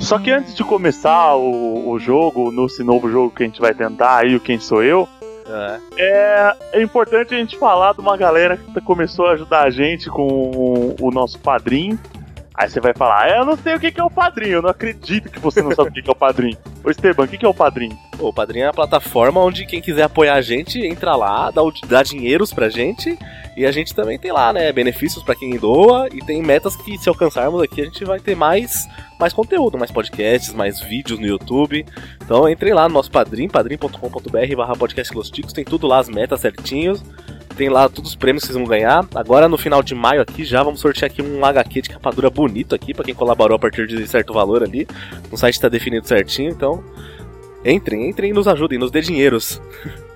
Só que antes de começar o, o jogo, nesse novo jogo que a gente vai tentar aí, o Quem Sou Eu, Ah, é, é importante a gente falar de uma galera que tá, começou a ajudar a gente com o nosso padrinho. Aí você vai falar, eu não sei o que que é o padrinho, eu não acredito que você não sabe o que que é o padrinho. Ô Esteban, o que que é o padrinho? pô, o Padrinho é uma plataforma onde quem quiser apoiar a gente entra lá, dá, o- dá dinheiros pra gente e a gente também tem lá, né? Benefícios pra quem doa e tem metas que se alcançarmos aqui a gente vai ter mais, mais conteúdo, mais podcasts, mais vídeos no YouTube. Então entrem lá no nosso padrinho, padrim.com.br barra podcast Los Ticos, tem tudo lá, as metas certinhos. Tem lá todos os prêmios que vocês vão ganhar. Agora no final de maio aqui já vamos sortear aqui um HQ de capa dura bonito aqui pra quem colaborou a partir de certo valor ali. O site tá definido certinho, então Entrem, entrem e nos ajudem, nos dê dinheiros.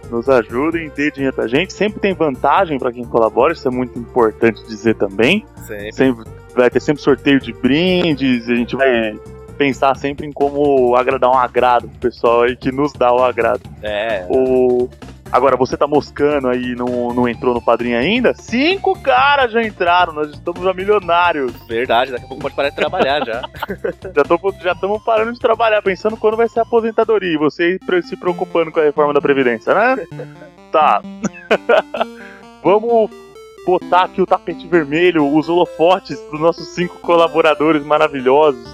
Nos ajudem, dê dinheiro pra gente. Sempre tem vantagem pra quem colabora, isso é muito importante dizer também. Sempre. Sempre, vai ter sempre sorteio de brindes, a gente vai pensar sempre em como agradar um agrado pro pessoal aí que nos dá o agrado. É. O... Agora, você tá moscando aí não, não entrou no padrinho ainda? Cinco caras já entraram, nós estamos já milionários. Verdade, daqui a pouco pode parar de trabalhar já. Já estamos já tamo parando de trabalhar, pensando quando vai ser a aposentadoria. E você pre- se preocupando com a reforma da Previdência, né? tá. Vamos botar aqui o tapete vermelho, os holofotes dos nossos cinco colaboradores maravilhosos.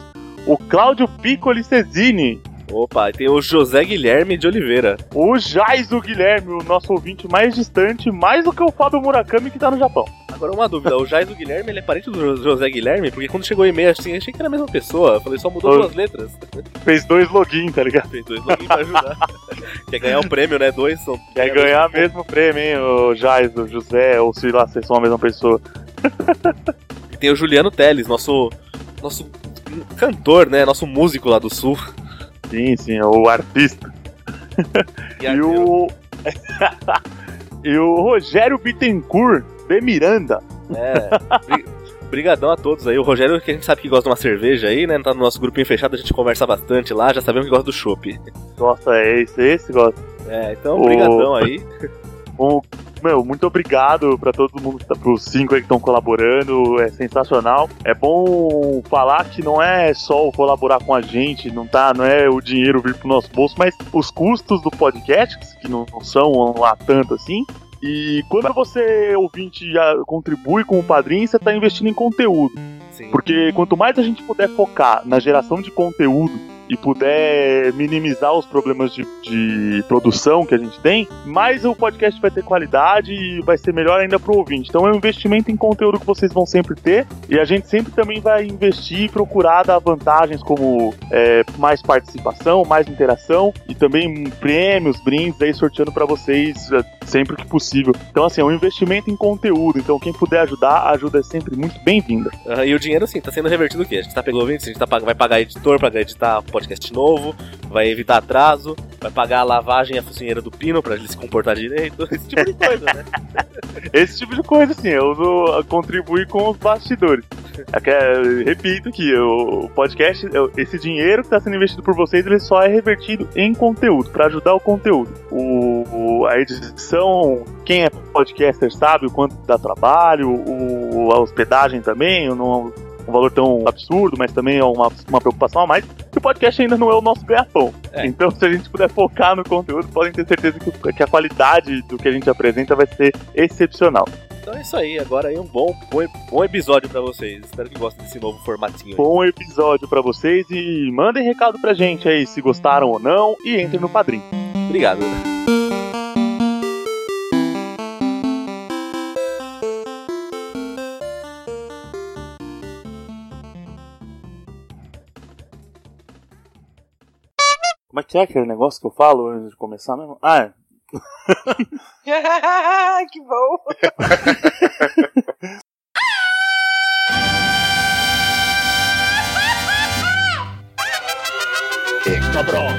O Cláudio Piccoli Cesini, Opa, e tem o José Guilherme de Oliveira. o Jaiso Guilherme, o nosso ouvinte mais distante, mais do que o Fábio Murakami que tá no Japão. Agora uma dúvida, o Jais do Guilherme, ele é parente do Jo- José Guilherme? Porque quando chegou o e-mail assim, eu achei que era a mesma pessoa. Eu falei, só mudou Oi. duas letras. fez dois login, tá ligado? Tem dois login pra ajudar. Quer ganhar o prêmio, né? Dois são. Quer ganhar mesmo prêmio, hein, o Jais, o José, ou sei lá, vocês são a mesma pessoa. E tem o Juliano Teles, nosso. nosso cantor, né? Nosso músico lá do sul. Sim, sim, o artista. E, arteiro. o. e o Rogério Bittencourt de Miranda. É. bri- Brigadão a todos aí. O Rogério, que a gente sabe que gosta de uma cerveja aí, né? Tá no nosso grupinho fechado, a gente conversa bastante lá, já sabemos que gosta do chopp. Nossa, é esse, esse, gosta. É, então, Ô. brigadão aí. Um- meu, muito obrigado pra todo mundo, que tá- pros cinco aí que estão colaborando, é sensacional. É bom falar que não é só o colaborar com a gente, não tá, não é o dinheiro vir pro nosso bolso, mas os custos do podcast, que não não são lá tanto assim, E quando você, ouvinte, já contribui com o padrinho, você está investindo em conteúdo. Sim. Porque quanto mais a gente puder focar na geração de conteúdo e puder minimizar os problemas de, de produção que a gente tem, mais o podcast vai ter qualidade e vai ser melhor ainda para o ouvinte. Então é um investimento em conteúdo que vocês vão sempre ter e a gente sempre também vai investir e procurar dar vantagens como é, mais participação, mais interação e também prêmios, brindes aí sorteando para vocês é, sempre que possível. Então assim, é um investimento em conteúdo. Então quem puder ajudar, ajuda é sempre muito bem-vinda. Ah, e o dinheiro, assim, tá sendo revertido o quê? A gente tá pegando ouvintes, a gente tá, pag- vai pagar editor pra editar podcast novo, vai evitar atraso, vai pagar a lavagem e a focinheira do pino pra ele se comportar direito, esse tipo de coisa, né? Esse tipo de coisa, assim, eu uso, contribuir com os bastidores. É que, é, repito que o podcast, é, esse dinheiro que está sendo investido por vocês, ele só é revertido em conteúdo, para ajudar o conteúdo. O, o- a edição, quem é podcaster sabe o quanto dá trabalho, o, a hospedagem também, não é um valor tão absurdo, mas também é uma, uma preocupação a mais. E o podcast ainda não é o nosso ganha-pão. É. Então, se a gente puder focar no conteúdo, podem ter certeza que, que a qualidade do que a gente apresenta vai ser excepcional. Então é isso aí, agora aí um bom, bom, bom episódio pra vocês. Espero que gostem desse novo formatinho aí. Bom um episódio pra vocês e mandem recado pra gente aí se gostaram ou não e entrem no padrinho. Obrigado. Como é que é aquele negócio que eu falo antes de começar mesmo? Ah, é. que bom. ¡Qué cabrón!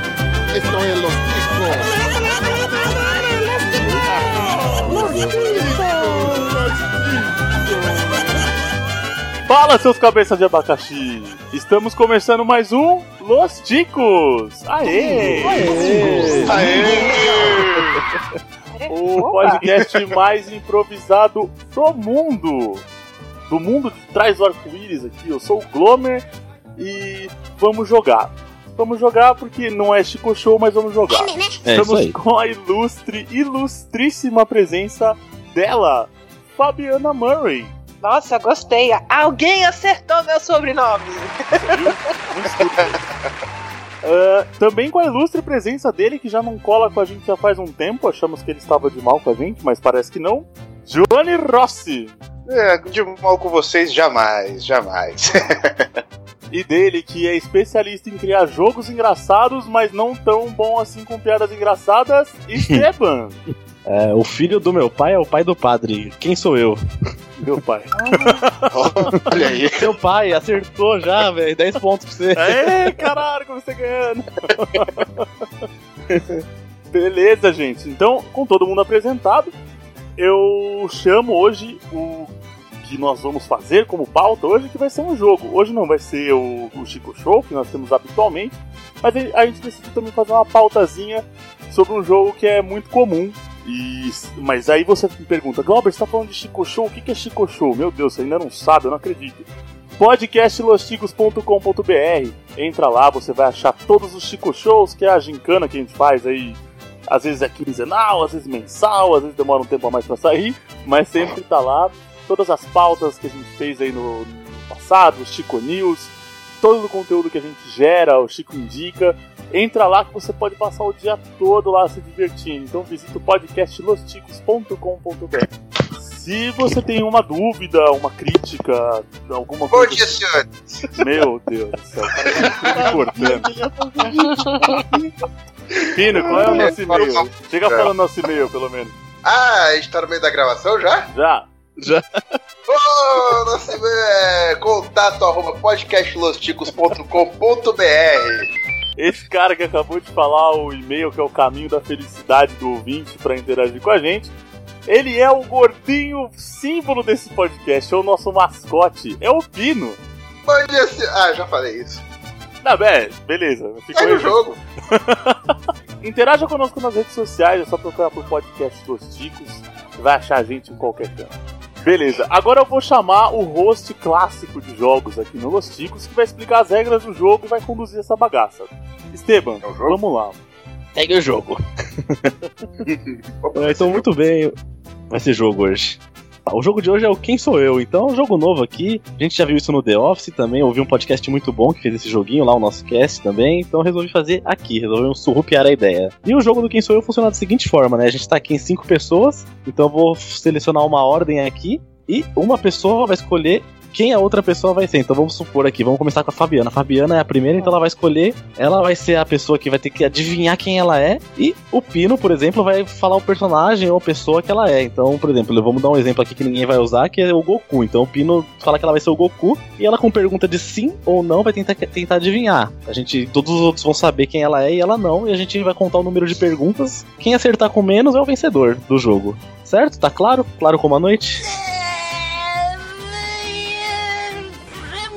¡Esto es los discos! ¡Los Fala seus cabeças de abacaxi! Estamos começando mais um Los Ticos! Aê! discos! ¡Aê! O podcast mais improvisado do mundo! Do mundo de trás do arco-íris aqui. Eu sou o Glomer e vamos jogar. Vamos jogar porque não é Chico Show, mas vamos jogar. É isso Estamos aí. com a ilustre, ilustríssima presença dela, Fabiana Murray. Nossa, gostei. Alguém acertou meu sobrenome. Ah, também com a ilustre presença dele, que já não cola com a gente já faz um tempo, achamos que ele estava de mal com a gente, mas parece que não. Johnny Rossi! É, de mal com vocês, jamais, jamais. E dele, que é especialista em criar jogos engraçados, mas não tão bom assim com piadas engraçadas, Esteban! É, o filho do meu pai é o pai do padre. Quem sou eu? Meu pai. Olha aí. Seu pai acertou já, velho. 10 pontos pra você. Aê, caralho, como você tá ganhando! Beleza, gente. Então, com todo mundo apresentado, eu chamo hoje o que nós vamos fazer como pauta hoje, que vai ser um jogo. Hoje não vai ser o, o Chico Show, que nós temos habitualmente, mas a gente precisa também fazer uma pautazinha sobre um jogo que é muito comum. E, mas aí você me pergunta, Glauber, você tá falando de Chico Show? O que que é Chico Show? Meu Deus, você ainda não sabe, eu não acredito podcastlosticos.com.br. Entra lá, você vai achar todos os Chico Shows, que é a gincana que a gente faz aí. Às vezes é quinzenal, às vezes mensal, às vezes demora um tempo a mais pra sair, mas sempre tá lá. Todas as pautas que a gente fez aí no, no passado, os Chico News, todo o conteúdo que a gente gera, o Chico Indica. Entra lá que você pode passar o dia todo lá se divertindo. Então visita o podcastlosticos.com.br. Se você tem uma dúvida, uma crítica, alguma coisa. assim, Hoje, senhor. Meu Deus do céu. Tá cortando. Pino, qual é o nosso e-mail? Chega falando nosso e-mail, pelo menos. Ah, está no meio da gravação já? Já. Ô, nosso e-mail é contato arroba podcastlosticos.com.br. Esse cara que acabou de falar o e-mail, que é o caminho da felicidade do ouvinte pra interagir com a gente, ele é o gordinho símbolo desse podcast, é o nosso mascote, é o Pino. Bom dia, senhor. Ah, já falei isso. Na bem, beleza. Ficou É aí no o jogo. jogo. Interaja conosco nas redes sociais, é só procurar por podcast Los Ticos, vai achar a gente em qualquer canto. Beleza, agora eu vou chamar o host clássico de jogos aqui no Los Ticos, que vai explicar as regras do jogo e vai conduzir essa bagaça. Esteban, É o jogo? vamos lá. Segue o jogo. Opa, É, Então, muito bem, vai ser jogo hoje. Tá, O jogo de hoje é o Quem Sou Eu, então é um jogo novo aqui. A gente já viu isso no The Office também, ouvi um podcast muito bom que fez esse joguinho lá, o nosso cast também, então resolvi fazer aqui, resolvi surrupiar a ideia. E o jogo do Quem Sou Eu funciona da seguinte forma, né? A gente tá aqui em cinco pessoas, então eu vou selecionar uma ordem aqui e uma pessoa vai escolher quem a outra pessoa vai ser. Então vamos supor aqui, vamos começar com a Fabiana. A Fabiana é a primeira, então ela vai escolher. Ela vai ser a pessoa que vai ter que adivinhar quem ela é. E o Pino, por exemplo, vai falar o personagem ou a pessoa que ela é. Então, por exemplo, vamos dar um exemplo aqui que ninguém vai usar, que é o Goku. Então o Pino fala que ela vai ser o Goku. E ela com pergunta de sim ou não vai tentar, tentar adivinhar. A gente, todos os outros vão saber quem ela é e ela não. E a gente vai contar o número de perguntas. Quem acertar com menos é o vencedor do jogo. Certo? Tá claro? Claro como a noite?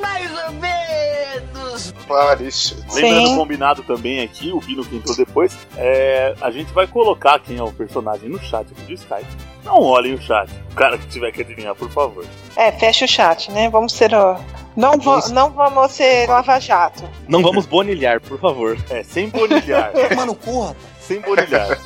Mais ou menos. Claríssimo. Lembrando Sim. combinado também aqui, o Bino que entrou depois, é, a gente vai colocar quem é o personagem no chat aqui do Skype. Não olhem o chat, o cara que tiver que adivinhar, por favor. É, fecha o chat, né? Vamos ser. ó, Não, vo- Isso. não vamos ser lava-jato. Não vamos bonilhar, por favor. É, sem bonilhar, Mano, corra. sem bonilhar.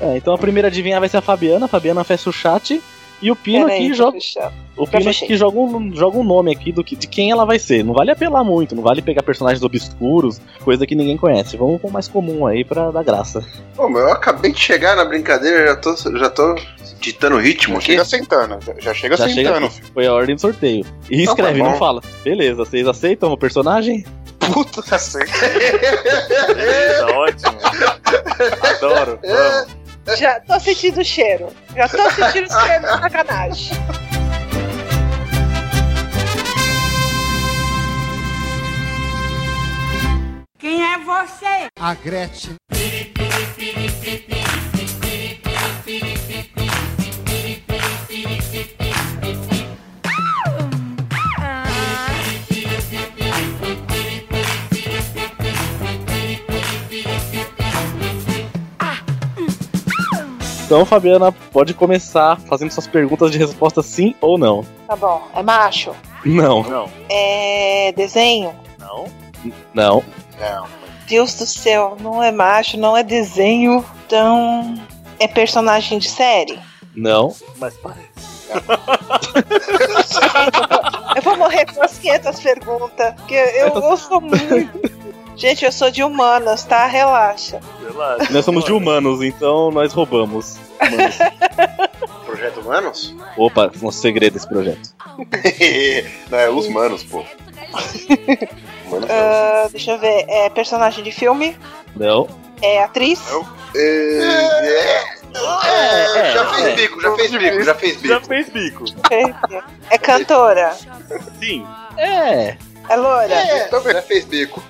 É, então a primeira a adivinhar vai ser a Fabiana. A Fabiana fecha o chat. E o Pino Peraí, aqui deixa eu joga, fechar. o Pino fechei. aqui joga, um, joga um nome aqui do que, de quem ela vai ser. Não vale apelar muito, não vale pegar personagens obscuros, coisa que ninguém conhece. Vamos com o mais comum aí pra dar graça. Pô, mas eu acabei de chegar na brincadeira, já tô, já tô ditando o ritmo aqui. Chega sentando, já- já chega Já chega sentando. Foi a ordem do sorteio. E Então tá escreve, bom. não fala. Beleza, vocês aceitam o personagem? Puta tá cacete. Beleza, Tá ótimo. Adoro, vamos. Já tô sentindo o cheiro. Já tô sentindo o cheiro de sacanagem. A Gretchen. Então, Fabiana, pode começar fazendo suas perguntas de resposta sim ou não. Tá bom. É macho? Não, Não. É. Desenho? Não. não. Não. Deus do céu, não é macho, não é desenho. Então. É personagem de série? Não. Mas parece. Eu vou morrer com as 500 perguntas, porque eu ouço muito. Gente, eu sou de humanas, tá? Relaxa. Sei lá. Nós somos de humanos, então nós roubamos. Humanos. Projeto Humanos? Opa, nosso segredo esse projeto. não, é os Manos, pô. Humanos não. Ah, deixa eu ver. É personagem de filme? Não. É atriz? É, É, já fez bico, já fez bico, já fez Já bico. fez bico. É cantora? Sim. É. É loira? É, também já fez bico.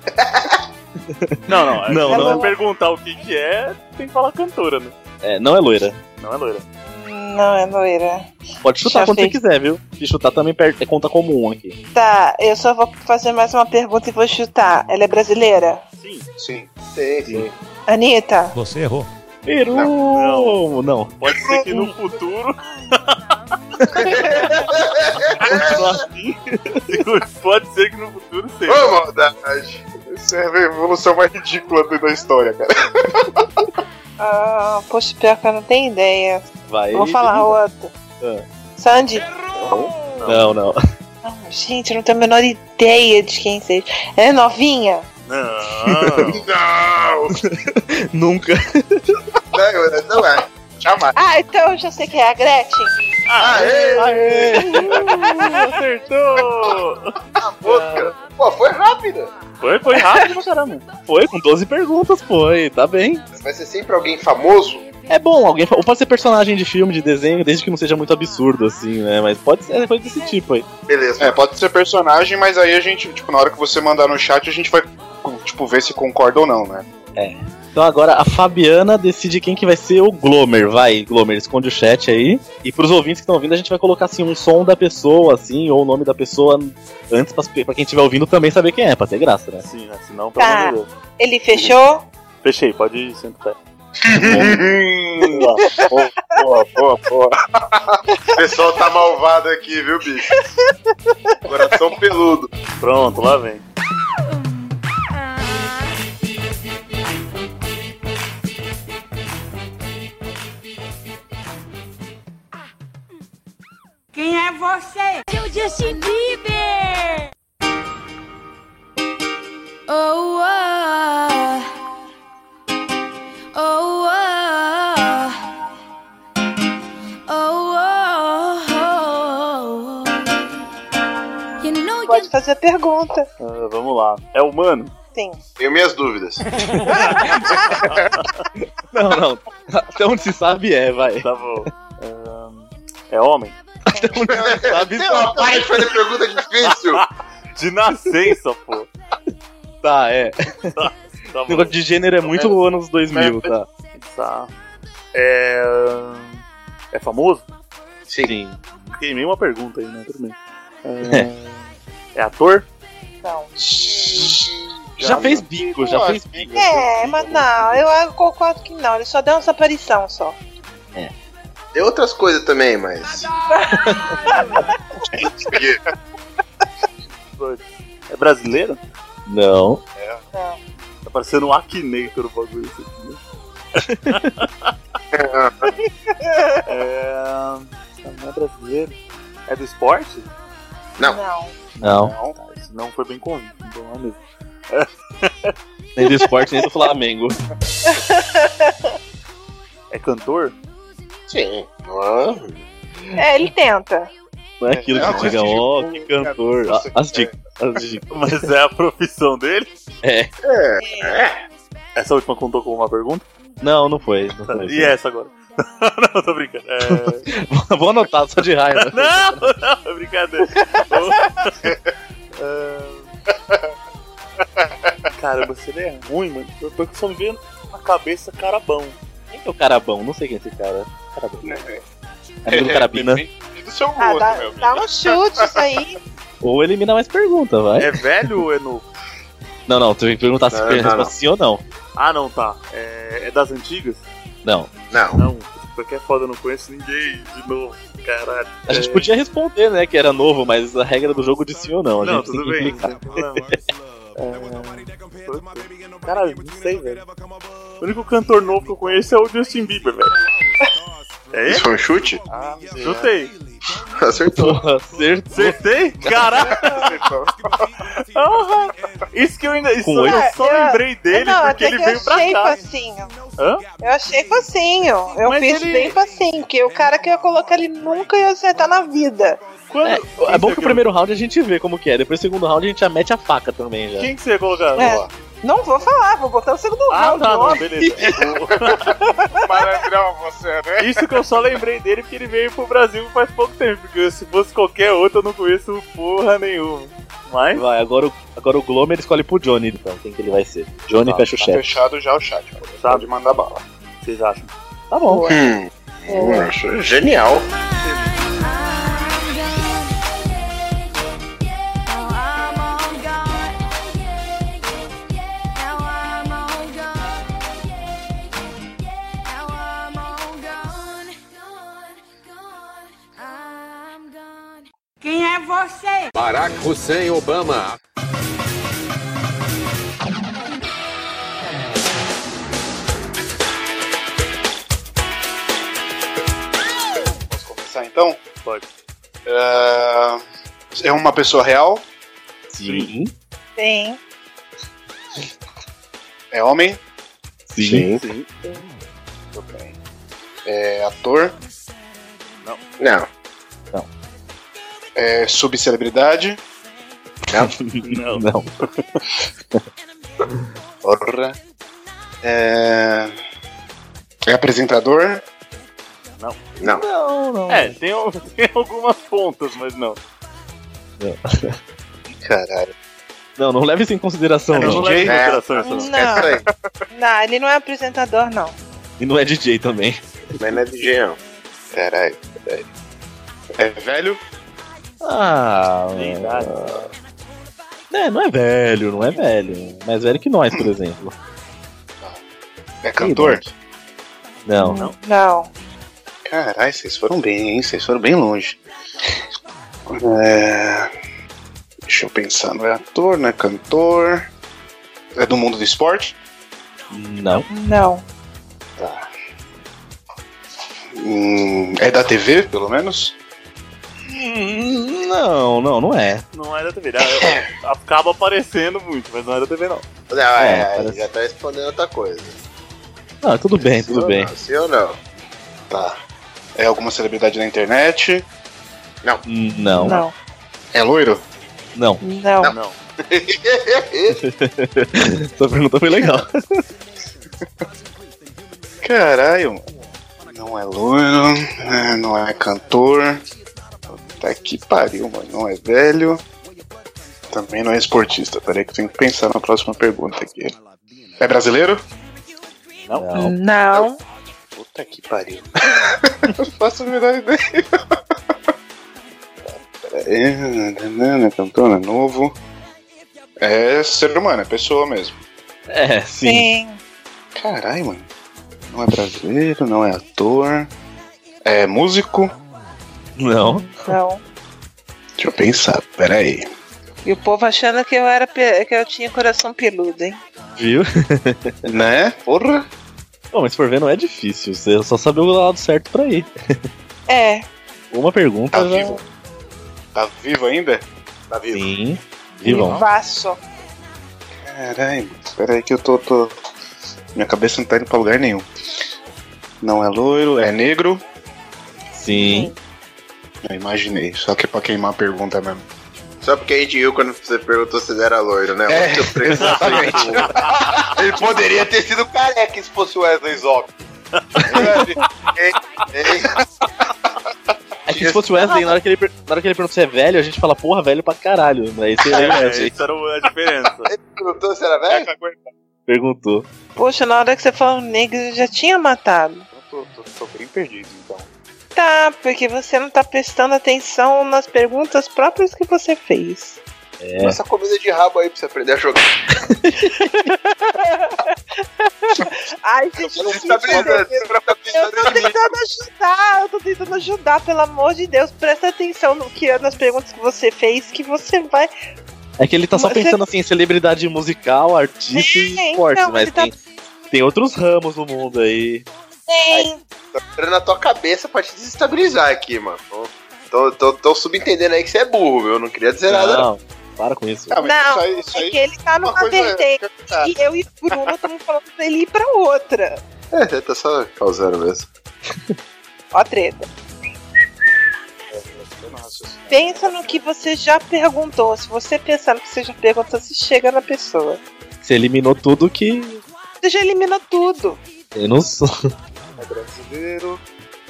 Não, não. Não, se não. você perguntar o que que é, tem que falar cantora, né? É, não é loira. Não é loira. Não, é loira. Pode chutar Já quando fez. você quiser, viu? Se chutar também per- é conta comum aqui. Tá, eu só vou fazer mais uma pergunta e vou chutar. Ela é brasileira? Sim. Sim. Sim, sim. Anitta? Você errou. Peru! Não. Não. Pode ser que no futuro. Continuar assim. Pode ser que no futuro seja. Ô, maldade! Isso é a evolução mais ridícula da história, cara. Ah, poxa, pior que eu não tenho ideia. Vai. Vou falar outro. Sandy? Não, não. Não, gente, eu não tenho a menor ideia de quem seja. Ela é novinha? Não. Não! Nunca. Não, não é. Jamais. Ah, é. Ah, então eu já sei que é a Gretchen. Aê! Aê! Acertou! Pô, foi rápida! Foi, foi rápido pra caramba. Foi com 12 perguntas, foi. Tá bem. Vai ser sempre alguém famoso? É bom, alguém. fa- Ou pode ser personagem de filme, de desenho, desde que não seja muito absurdo, assim, né? Mas pode ser coisa desse tipo aí. Beleza. É, pode ser personagem, mas aí a gente, tipo, na hora que você mandar no chat, a gente vai, tipo, ver se concorda ou não, né? Então agora a Fabiana decide quem que vai ser o Glomer. Vai, Glomer, esconde o chat aí. E pros ouvintes que estão ouvindo, a gente vai colocar assim um som da pessoa, assim, ou o nome da pessoa antes pra, pra quem estiver ouvindo também saber quem é, pra ter graça, né? Sim, né? Senão, pelo amor de Deus. Ele fechou? Fechei, pode sentar. boa, boa, boa, boa, boa. O pessoal tá malvado aqui, viu, bicho? Coração peludo. Pronto, lá vem. Quem é você? Eu Justin Bieber. Oh, oh, oh, oh, oh, oh, oh. You know you Pode fazer a pergunta. Ah, vamos lá. É humano? Sim. Tenho minhas dúvidas. Não, não. Até onde se sabe é, vai. Tá bom. Ahn, é homem? Sabe Não, rapaz, de fazer pergunta difícil. De nascença, pô. tá, é. Tá O bom. negócio de gênero é muito anos 2000, tá? Tá. É. É famoso? Sim. Queimei uma pergunta aí, né? Tudo bem. É, é ator? Não. Já fez bico, já assim. fez bico. É, mas não, eu concordo que não. Ele só deu essa aparição só. Tem outras coisas também, mas. É brasileiro? Não. Tá parecendo um Akinator o bagulho isso aqui, né? é... Não é brasileiro. É do esporte? Não. Não. Não. Tá, isso não foi bem convite, então é mesmo. Nem do esporte, nem do Flamengo. É cantor? Sim. É, ele tenta. Não é aquilo É, que mas você diga, tipo, ó, que cantor. Ah, cara, As dicas, as dicas. Mas é a profissão dele? É. Essa última contou com uma pergunta? Não, não foi. Não foi. E é. essa agora? não, tô brincando. É... Vou anotar só de raiva. Não, não, é brincadeira. Ah, Caramba, você é ruim, mano. Eu tô só me vendo na cabeça cara bom. Quem que é o Carabão? Não sei quem é esse cara. Carabão. É. Amigo É do Carabina. Depende do seu Ah, gosto, dá, meu amigo. dá um chute isso aí. Ou elimina mais pergunta, vai. É velho ou é novo? Não, não, tu tem que perguntar se Não, a resposta não, é sim ou não. Ah, não, tá. É, é das antigas? Não. Não. Não, porque é foda, eu não conheço ninguém de novo. Caralho. A gente podia responder, né, que era novo, mas a regra do jogo de sim ou não. A Não, gente tudo tem que bem. clicar. sem problema. É. Cara, não sei, velho. O único cantor novo que eu conheço é o Justin Bieber, velho. É Isso ele? foi um chute? Ah, chutei. Acertou. Porra, acertou. Acertei? Caraca! Acertou. Aham. Isso que eu ainda. Isso Com eu oito? só É, lembrei dele não, porque até ele que veio eu pra achei cá. facinho. Hã? Eu achei facinho. Eu Mas fiz ele- bem facinho, porque o cara que eu ia colocar ele nunca ia acertar na vida. Quando- É, é bom que o primeiro round a gente vê como que é, depois o segundo round a gente já mete a faca também já. Quem que você ia colocar? É. Não vou falar, vou botar o segundo Ah, round. tá, não, óbvio. beleza. Malandrão você, né? Isso que eu só lembrei dele porque ele veio pro Brasil faz pouco tempo. Porque se fosse qualquer outro, eu não conheço porra nenhuma. Mas. Vai, agora o, agora o Glomer escolhe pro Johnny, então, quem que ele vai ser. Johnny Tá, fecha o Tá chefe. fechado já o chat. Pode Sabe? mandar bala. Vocês acham? Tá bom. Hum. Nossa, genial. Quem é você? Barack Hussein Obama. Posso começar então? Pode. É... é uma pessoa real? Sim. Sim. É homem? Sim. Muito bem. É ator? Não. É subcelebridade? Não. Não. Porra. É... é apresentador? Não. Não, não. É, tem, al- tem algumas pontas, mas não. Caralho. É Não, não leve isso em consideração, Eu É, não. não levo em né? consideração essa. não. Não, Essa aí. não, ele não é apresentador, não. E não é DJ também. Mas não é DJ, não. Caralho. caralho. É velho? Ah, é, não é velho, não é velho. Mais velho que nós, por exemplo. É cantor? Não, não. Não. Caralho, vocês foram bem, hein? Vocês foram bem longe. É... Deixa eu pensar. Não é ator, não é cantor. É do mundo do esporte? Não. Não. Hum, é da TV, pelo menos? Não, não, não é. Não é da TV. Ah, eu- Acaba aparecendo muito, mas não é da TV, não. Não, é, parece- já tá respondendo outra coisa. Não, tudo bem, Sim tudo ou bem. não? Sim ou não? Tá. É alguma celebridade na internet? Hum, Não, Não. É loiro? não. Não. Não. Sua pergunta foi legal. Caralho. mano. Não é loiro, é, não é cantor. Tá que pariu, mano. Não é velho. Também não é esportista. Peraí que eu tenho que pensar na próxima pergunta aqui. É brasileiro? Não. Não. Puta que pariu. não faço a menor ideia. Peraí. Não é cantor, não é novo. É ser humano, é pessoa mesmo. É, sim. Sim. Caralho, mano. Não é brasileiro, não é ator. É músico? Não. Não. Deixa eu pensar, peraí. E o povo achando que eu era pe- que eu tinha coração peludo, hein? Viu? Né? Porra! Bom, mas se for ver, não é difícil. Você só saber o lado certo pra ir. É. Uma pergunta. Tá já- vivo. Tá vivo ainda? Tá vivo. Sim. Vivão. Vivaço. Caralho, peraí que eu tô, tô- Minha cabeça não tá indo pra lugar nenhum. Não é loiro, é negro. Sim. Eu imaginei, só que é pra queimar a pergunta mesmo. Só porque a gente riu quando você perguntou se ele era loiro, né? É, Muito preso. ele poderia ter sido careca se fosse o Wesley Zop. É que se fosse o Wesley, na hora que ele, per- na hora que ele pergunta se é velho, a gente fala, porra, velho pra caralho. Aí você lembra, né, É, Wesley. isso era o- a diferença. perguntou se É, era É. velho? Perguntou. Poxa, na hora que você falou negro, eu já tinha matado. Tô, tô, tô bem perdido então. Tá, porque você não tá prestando atenção nas perguntas próprias que você fez. É. Essa comida de rabo aí pra você aprender a jogar. Ai, gente, Você não que tá brincando, beleza. você não tá Eu brincando tô em mim. tentando ajudar, eu tô tentando ajudar, pelo amor de Deus. Presta atenção no que é nas perguntas que você fez, que você vai. É que ele tá só Você- pensando assim, em celebridade musical, artista É, então, e esporte, mas ele tá- tem, tem outros ramos no mundo aí. Tá entrando na tua cabeça pra te desestabilizar aqui, mano. Tô, tô, tô subentendendo aí que você é burro, meu. Não queria dizer nada. Não, para com isso. Ah, mas Não, isso aí, isso É aí que ele tá uma numa coisa é- vertente e eu e o Bruno estamos falando pra ele ir pra outra. não. É, você tá só causando mesmo. Ó, a treta. Pensa no que você já perguntou. Se você pensar no que você já perguntou, você chega na pessoa. Você eliminou tudo que. Você já eliminou tudo. Eu não sou. né, brasileiro,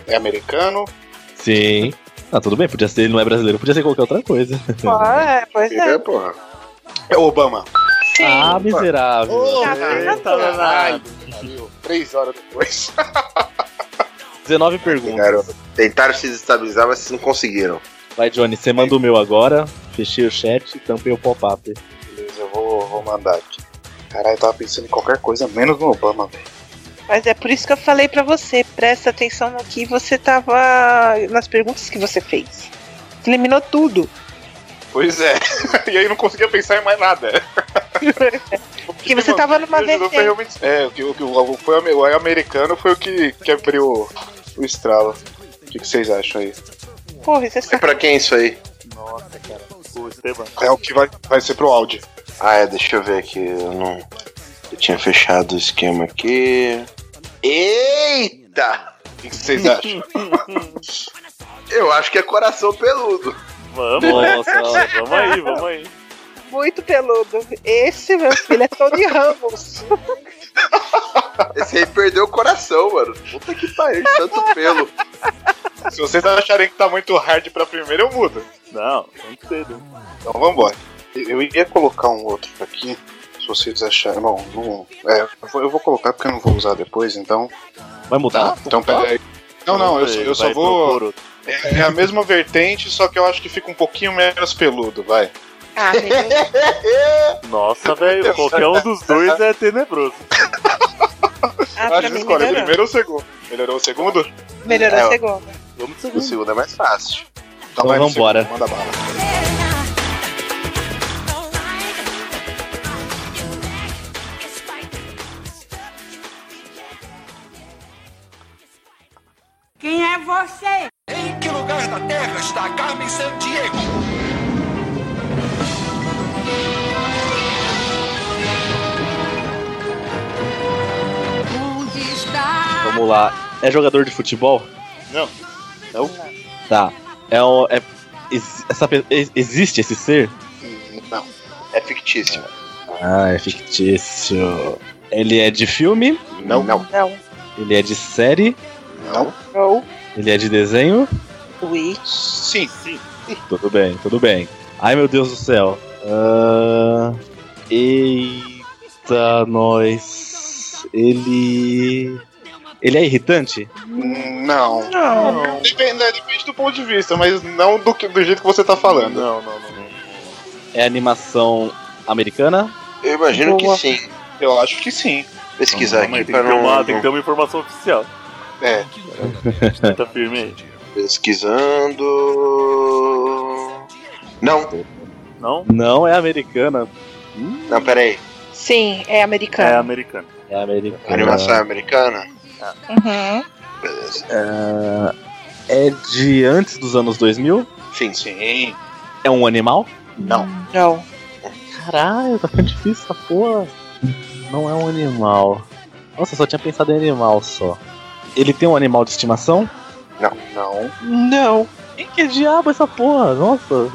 é americano, Sim. Ah, tudo bem, podia ser ele não é brasileiro, podia ser qualquer outra coisa. Ah, é, pois É, é. porra. é Obama. Sim. Ah, miserável. Tá vendo? Caralho, pariu. Três horas depois. 19 perguntas. Garoto. Tentaram se desestabilizar, mas vocês não conseguiram. Vai, Johnny, você manda o meu agora. Fechei o chat, tampei o pop-up. Beleza, eu vou, vou mandar aqui. Caralho, eu tava pensando em qualquer coisa, menos no Obama, velho. Mas é por isso que eu falei pra você, presta atenção no que você tava. nas perguntas que você fez. Você eliminou tudo. Pois é. e aí eu não conseguia pensar em mais nada. Porque você tava numa Me ajudou, foi vertente. realmente- É, o que, o que o- foi ame- o americano foi o que, que abriu o estralo. O que, que vocês acham aí? Porra, você É sabe. pra quem isso aí? Nossa, cara. O Esteban. É o que vai, vai ser pro áudio. Ah, é, deixa eu ver aqui. Eu não. Eu tinha fechado o esquema aqui. Eita! O que, que vocês acham? Eu acho que é coração peludo. Vamos, Nossa, vamos aí, vamos aí. Muito peludo. Esse, meu filho, é Tony Ramos. Esse aí perdeu o coração, mano. Puta que pariu, de tanto pelo. Se vocês acharem que tá muito hard pra primeira, eu mudo. Não, tem que ser. né? Então vambora. Eu iria colocar um outro aqui, se vocês acharem. Bom, não, é, eu vou- eu vou colocar porque eu não vou usar depois, então. Vai mudar? então pera aí. Não, não, eu, só- eu só Vai, vou. procura outro. É a mesma vertente, só que eu acho que fica um pouquinho menos peludo, vai. Ah, menino. Nossa, velho, qualquer um dos dois é tenebroso. Ah, Ah, pra gente, mim escolhe o melhorou. primeiro ou o segundo? Melhorou o segundo? Melhorou É, a ó. segunda. Vamos O seguir. segundo é mais fácil. Então vai no vambora. segundo, Manda bala. Quem é você? Em que lugar da Terra está Carmen Sandiego? Onde está? Vamos lá. É jogador de futebol? Não. Não? Tá. É um. É, ex- essa, pe- ex- existe esse ser? Não. É fictício. Ah, é fictício. Ele é de filme? Não, não. Não. Ele é de série? Ou. Ele é de desenho? Ui. Sim. Tudo bem, tudo bem. Ai meu Deus do céu. Ah, eita, nós. Ele. Ele é irritante? Não. Não. Depende, é, depende do ponto de vista, mas não do, que- do jeito que você tá falando. Não, não, não. É animação americana? Eu imagino Boa. que sim. Eu acho que sim. Pesquisar Calma aí, aqui tem, que pra ter não. uma, um- tem que ter um uma informação oficial. É. Tá firme aí. Pesquisando. Não, Não? Não é americana. não, peraí. Sim, é É americano. americano. É americana. Animação americana? Uhum. Beleza. Ah, é de antes dos anos 2000? Sim, sim. Sim. É um animal? Não. Caralho, tá ficando difícil essa porra. Não é um animal. Nossa, eu só tinha pensado em animal só. Ele tem um animal de estimação? Não. Não. Quem que é diabo essa porra? Nossa.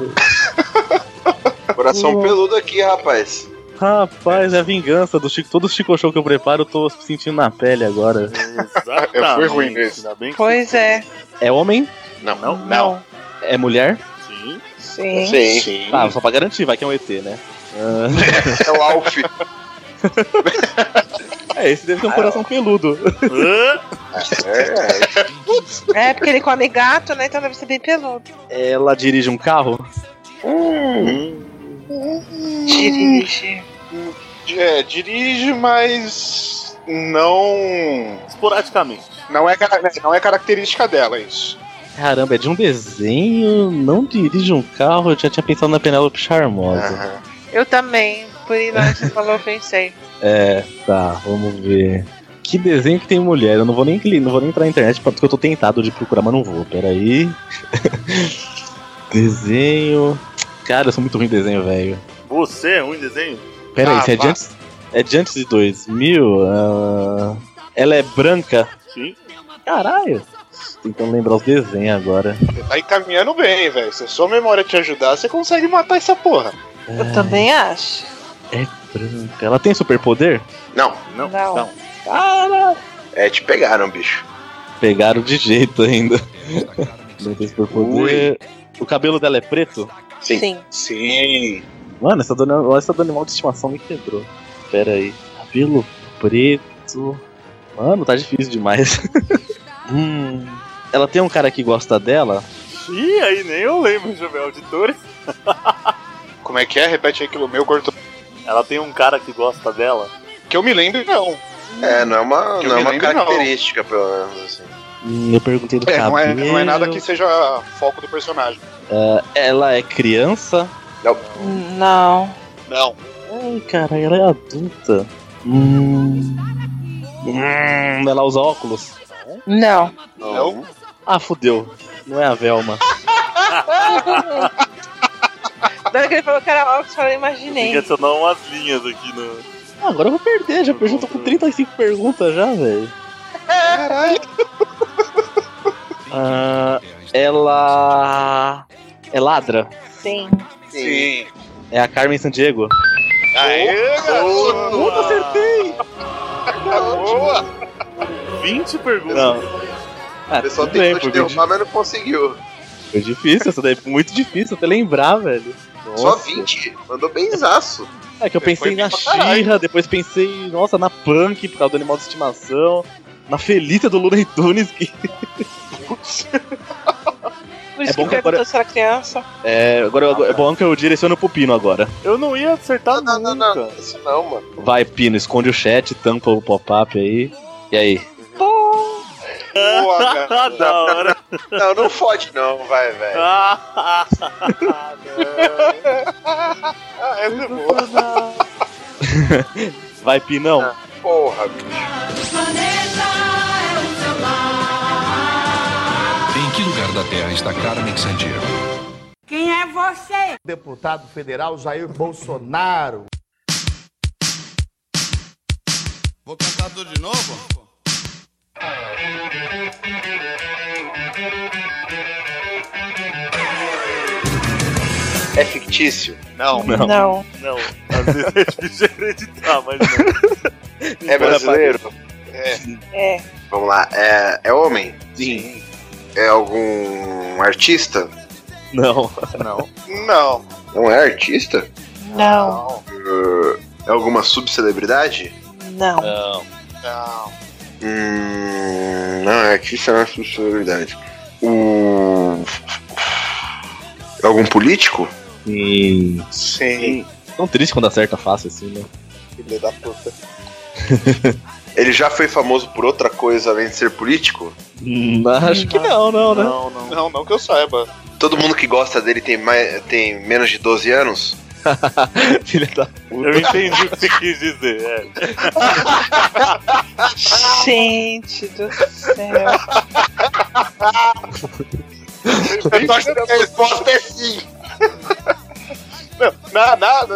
Coração Boa. peludo aqui, rapaz. Rapaz, é a vingança do Chico. Todo Chico Show que eu preparo, eu tô sentindo na pele agora. Exatamente. Eu fui ruim nesse. Ainda bem que Pois é. É homem? Não, não. Não. É mulher? Sim. Sim. É. Sim. Ah, só pra garantir, vai que é um ET, né? Ah, É o Alf. é, esse deve ter um coração peludo. Hã? É, É, porque ele come gato, né? Então deve ser bem peludo. Ela dirige um carro? Hum, Dirige. É, dirige, mas não Esporadicamente. não é, cara- não é característica dela isso. Caramba, é de um desenho, não dirige um carro, eu já tinha pensado na Penélope Ah. Charmosa. Eu também. Por ir lá que você falou, eu pensei. É, tá, vamos ver. Que desenho que tem mulher? Eu não vou nem, cli- não vou nem entrar na internet porque eu tô tentado de procurar, mas não vou. Peraí. desenho. Cara, eu sou muito ruim em desenho, velho. Você é ruim em desenho? Peraí, Ah, se é de, vá. antes, é de antes de 2000? ah, ela é branca? Sim. Caralho. Tentando lembrar os desenhos agora. Você tá encaminhando bem, velho. Se a sua memória te ajudar, você consegue matar essa porra. Eu também acho. É Branca. Ela tem superpoder? Não, Não. Não. Caralho. é, te pegaram, bicho. Pegaram de jeito ainda. Não tem superpoder. O cabelo dela é preto? Sim. Sim. Sim. Mano, essa dona, essa do animal de estimação me quebrou. Pera aí. Cabelo preto. Mano, tá difícil demais. hum. Ela tem um cara que gosta dela? Ih, aí nem eu lembro, Jovem Auditor. Como é que é? Repete aí que o meu cortou. Ela tem um cara que gosta dela. Que eu me lembro, não. É, não é uma, Que eu não me é uma lembre, não. característica, pelo menos. Assim. Hum, eu perguntei do É, cabelo. não é, não é nada que seja foco do personagem. Ela é criança? Não. Não. Ai, cara, ela é adulta. Hum. Hum, ela usa óculos? Não. Não. Ah, fudeu. Não é a Velma. Na hora que ele falou que era óculos, eu falei, imaginei. Tem que adicionar umas linhas aqui no. Ah, agora eu vou perder, já, já tô com 35 perguntas já, velho. Caralho. Ah, ela. É ladra. Sim. Sim. É a Carmen Sandiego. Aê, garoto. tá Puta, acertei! Boa. 20 perguntas. Não. Ah, O pessoal tudo bem, tentou foi, bem te derrubar, mas não conseguiu. di- foi difícil, essa daí foi muito difícil até lembrar, velho. Só Nossa. 20. Mandou benzaço. É que eu pensei Foi na bem pra caralho. Xirra, depois pensei, nossa, na Punk, por causa do animal de estimação. Na Felícia do Looney Tunes, que Por isso bom que, que perguntou agora- se era criança. É, agora eu- é bom que eu direciono pro Pino agora. Eu não ia acertar Não, não, não, nunca. não. Isso não, mano. Vai, Pino, esconde o chat, tampa o pop-up aí. E aí? Pô, Boa, cara. Ah, da hora. Não, não fode não, vai, velho. Ah, Ah, essa é boa. Vai, Pinão. Porra, bicho. Planeta é o seu lar. Em que lugar da Terra está Carmen Sandiego? Quem é você? Deputado federal Jair Bolsonaro. Vou cantar tudo de novo? É fictício. Não. Não. não. não. Às vezes é difícil acreditar, mas não. É brasileiro. É. Vamos lá. É, é homem? Sim. É algum artista? Não. Não. Não. Não é artista? Não. Uh, é alguma subcelebridade? Não. Não. Não. Hum, não, é artista não é subcelebridade. O... É algum político? Sim. Sim. Hum. Tão triste quando acerta fácil assim, né? Filho da puta. Ele já foi famoso por outra coisa além de ser político? Hum, acho que não, não, né? Não, não. Não, não que eu saiba. Todo mundo que gosta dele tem, mais, tem menos de 12 anos? Filha da. Eu entendi o que você quis dizer. É. Gente do céu. Eu tô achando que é isso. resposta é sim! Na, na,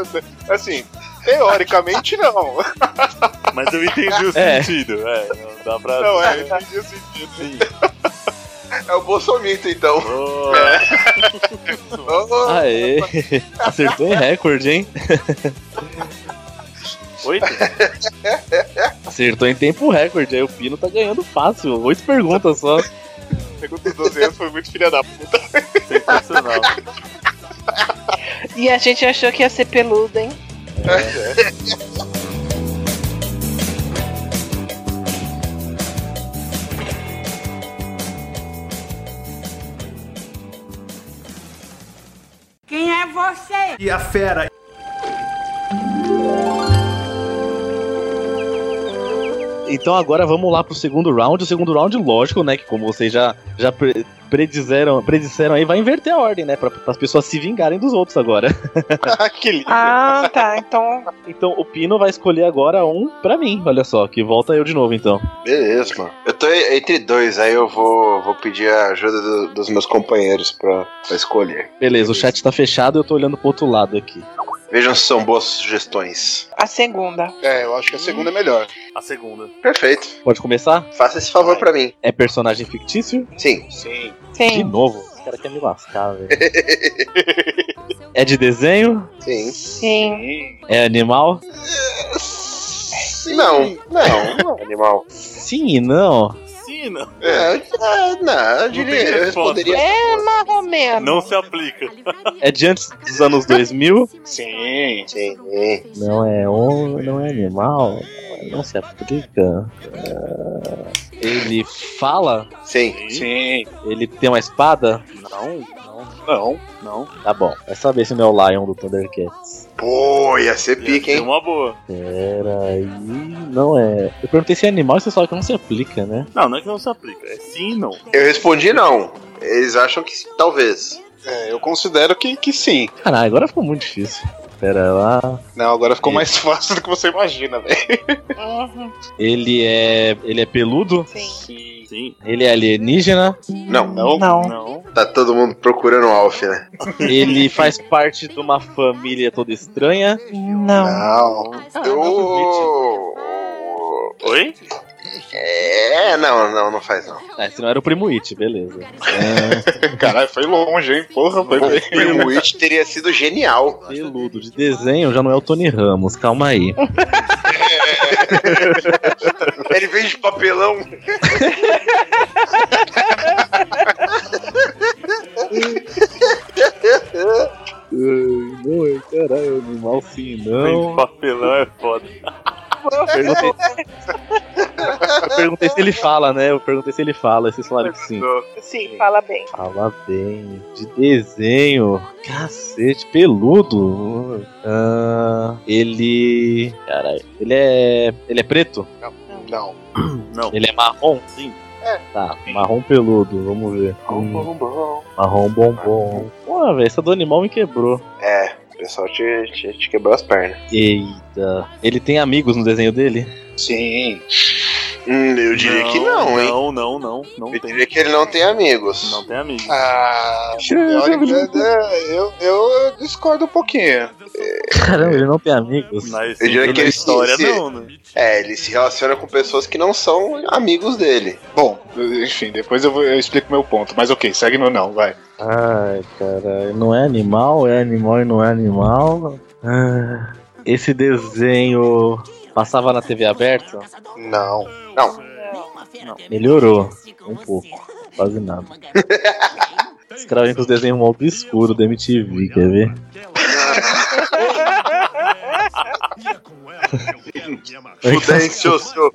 assim, teoricamente não. Mas eu entendi o É. sentido. É, não dá pra. assim. Não, é, entendi o sentido. É o Bolsomito, É. então. Oh, Aê! Acertou em recorde, hein? Oito? Acertou em tempo recorde. Aí o Pino tá ganhando fácil. Oito perguntas só. Segundo os 12 anos foi muito filha da puta. Sensacional. E a gente achou que ia ser peludo, hein? Quem é você? é E a fera Então agora vamos lá pro segundo round. O segundo round, lógico, né? Que como vocês já, já pre- predizeram, predisseram aí, vai inverter a ordem, né? Pra, as pessoas se vingarem dos outros agora. que lindo. Ah, tá. Então. Então o Pino vai escolher agora um pra mim, olha só, que volta eu de novo então. Beleza, mano. Eu tô e- entre dois, aí eu vou, vou pedir a ajuda do- dos meus companheiros pra, pra escolher. Beleza, o chat tá fechado eu tô olhando pro outro lado aqui. Vejam se são boas sugestões. A segunda. É, eu acho que a segunda é melhor. A segunda. Perfeito. Pode começar? Faça esse favor pra mim. É personagem fictício? Sim. Sim. De Sim. novo. Esse cara quer me lascar, velho. é de desenho? Sim. Sim. É animal? Não, não, não, animal. Sim e não. Sim, não. É, é, não, eu diria, tem eu resposta. responderia. É mais ou menos. Não se aplica. É de antes dos anos 2000? Sim. Sim. Não é homem, não é animal. Não se aplica. É, Ele fala? Sim. Sim. Ele tem uma espada? Não, não, não, não. Tá bom. Vai saber se não é o Lion do Thundercats. Pô, ia ser pique, É hein? uma boa. Peraí. Não é. Eu perguntei se é animal e você só que não se aplica, né? Não, não é que não se aplica. É sim e não. Eu respondi não. Eles acham que talvez. É, eu considero que, que sim. Caralho, agora ficou muito difícil. Pera lá. Não, agora ficou mais fácil do que você imagina, velho. Uhum. Ele é. Ele é peludo? Sim. Sim. Ele é alienígena? Não, Não, Não. Não. tá todo mundo procurando o Alf, né? Ele faz parte de uma família toda estranha? Não. não. Eu... Oi? É, não, não, não faz não. Ah, se não era o primo It, beleza. Caralho, foi longe, hein? Porra, foi Bom, bem. O Primo It teria sido genial. Peludo de desenho já não é o Tony Ramos, calma aí. Ele vem de papelão. Não, é, caralho, animal sim, Tem papelão é foda. Perguntei... Eu perguntei se ele fala, né? Eu perguntei se ele fala, vocês falaram que sim. Sim, fala bem. Fala bem, de desenho, cacete, peludo. Ah, ele. Caralho, ele é. Ele é preto? Não. Não. Ele é marrom? Sim. Tá, marrom peludo, vamos ver. Hum, marrom bombom. Pô, velho, essa do animal me quebrou. É, o pessoal te, te, te quebrou as pernas. Eita. Ele tem amigos no desenho dele? Sim. Hum, eu diria que não, hein? Não, não, não. Não Eu tem. diria que ele não tem amigos. Não tem amigo. Ah, é olha, eu, eu discordo um pouquinho. Caramba, ele não tem amigos. Mas Eu diria não que é ele história, se- não, né? É, ele se relaciona com pessoas que não são amigos dele. Bom, enfim, depois eu, vou, eu explico meu ponto. Mas ok, segue meu não, vai. Ai, caralho, não é animal, é animal e não é animal. Ah, Esse desenho passava na TV aberta? Não. Melhorou um pouco, quase nada. Os caras vêm com os desenhos mal obscuros da MTV, quer ver? É Fudêncio, seu.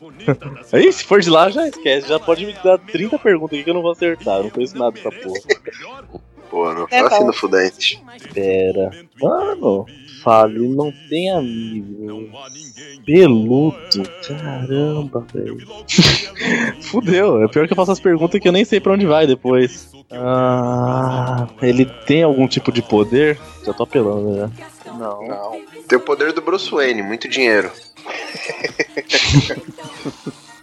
Aí, se for de lá, já esquece, já pode me dar 30 perguntas aqui que eu não vou acertar, eu não conheço nada dessa porra. Pô, não fala assim no fudente. Pera, mano, fale, não tem amigo. Peludo, caramba, velho. Fudeu, é pior que eu faço as perguntas que eu nem sei pra onde vai depois. Ah, ele tem algum tipo de poder? Já tô apelando né? já. Não. Não. Tem o poder do Bruce Wayne, muito dinheiro. Tá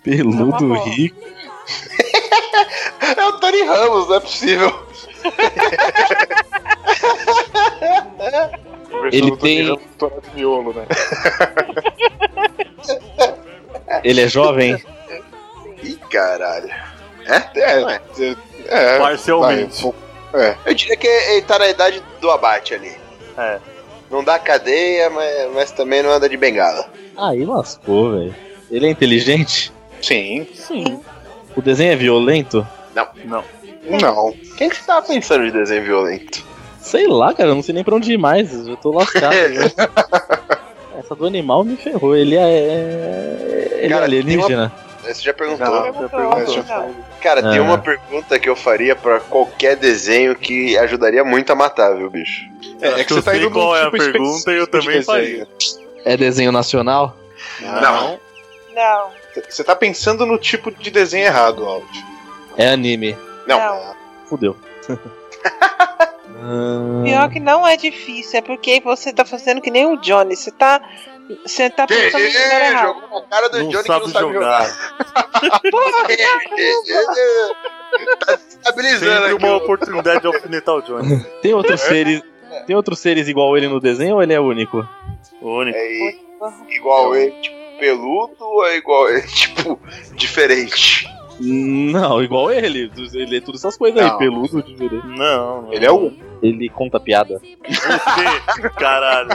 Peludo bom. rico. É o Tony Ramos, não é possível. Ele tem- Torado miolo, né? Ele é jovem? Ih, caralho. É, Ué. é, Parcialmente. vai, Eu diria que ele tá na idade do abate ali. É. Não dá cadeia, mas, mas também não anda de bengala. Aí lascou, velho. Ele é inteligente? Sim. O desenho é violento? Não. Quem que você tava pensando de desenho violento? Sei lá, cara, eu não sei nem pra onde ir mais, eu já tô lascado. Essa do animal me ferrou, ele é. Ele Cara, é alienígena. Você já perguntou. Ah, Não. Tá. Cara, tem Ah. uma pergunta que eu faria pra qualquer desenho que ajudaria muito a matar, viu, bicho? tipo Acho que eu sei qual é a pergunta e eu também faria. É desenho nacional? Não. Não. Você tá pensando no tipo de desenho errado, Aldi. É anime. Não. Fudeu. Pior que não é difícil, é porque você tá fazendo que nem o Johnny. Você tá. Você tá pensando no lugar Ih, errado. jogou na cara do Johnny que não sabe jogar. tá desestabilizando Sempre aqui. uma oportunidade de alfinetar o Johnny. Tem outros seres. Tem outros seres igual ele no desenho ou ele é único? Único. É igual ele, tipo, peludo ou é igual ele, tipo, diferente? Não, igual ele. Ele é todas essas coisas aí, Não. peludo diferente. Não, não. Ele é um. o. Ele conta piada. Você, caralho.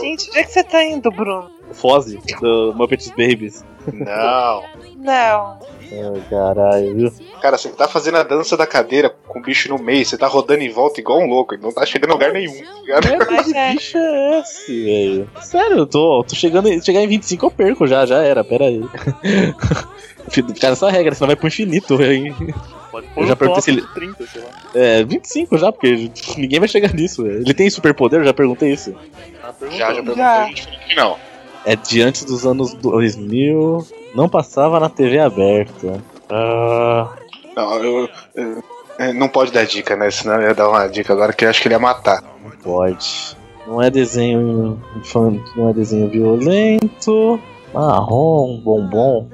Gente, onde é que você tá indo, Bruno? Fozzy, do Muppets Babies. Não. Não. Ai, caralho, viu? Cara, você tá fazendo a dança da cadeira com o bicho no meio, você tá rodando em volta igual um louco, e não tá chegando a lugar nenhum. tá ligado? Mas é. Bicho é esse, velho? Sério, eu tô, tô chegando. em- Chegar em 25 eu perco já, já era, pera aí. Cara, essa regra, senão vai pro infinito, hein? Pode Eu pôr já um perguntei top se ele- 30, sei lá. É, 25 já, porque ninguém vai chegar nisso. velho. Ele tem superpoder? Eu já perguntei isso. Já, já perguntei, Já. a gente falou que não. É de antes dos anos 2000. Não passava na TV aberta. Ah, Não, eu, eu- é, Não pode dar dica, né? Senão eu ia dar uma dica agora que eu acho que ele ia matar. não pode. Não é desenho infantil, não é desenho violento. Marrom, bombom.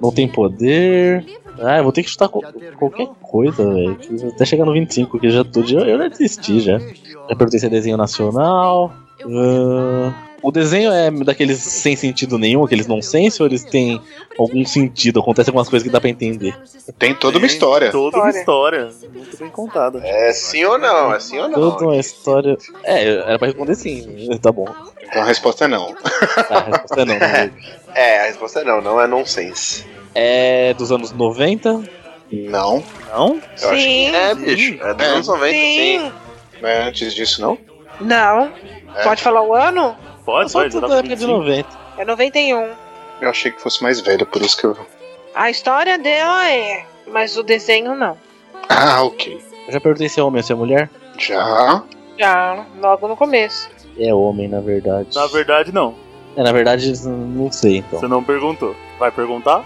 Não tem poder. Ah, eu vou ter que chutar co- qualquer coisa, velho. Tá que Até chegar no 25, que já tô de. Eu já desisti já. Já perguntei se é desenho nacional. Ah, o desenho é daqueles sem sentido nenhum, aqueles nonsense, ou eles têm algum sentido? Acontece algumas coisas que dá pra entender. Tem toda uma história. Toda uma história. Muito bem contada. É sim ou não, é sim ou não. Toda uma história. É, era pra responder sim. Tá bom. Então a resposta é não. Tá, a resposta é não. né? É, a resposta é não, não é nonsense. É dos anos 90? Não. Não? Eu acho que Sim. é, bicho. É dos anos 90, sim. Sim. Não é antes disso, não? Não. É. Pode falar o ano? Pode, tá É Só vai, já tudo dá da pra época de 25. 90. É 91. Eu achei que fosse mais velho, por isso que eu. A história dela é, mas o desenho não. Ah, ok. Eu já perguntei se é homem ou se é mulher? Já. Já, logo no começo. É homem, na verdade. Na verdade, não. É, na verdade, não sei então. Você não perguntou. Vai perguntar?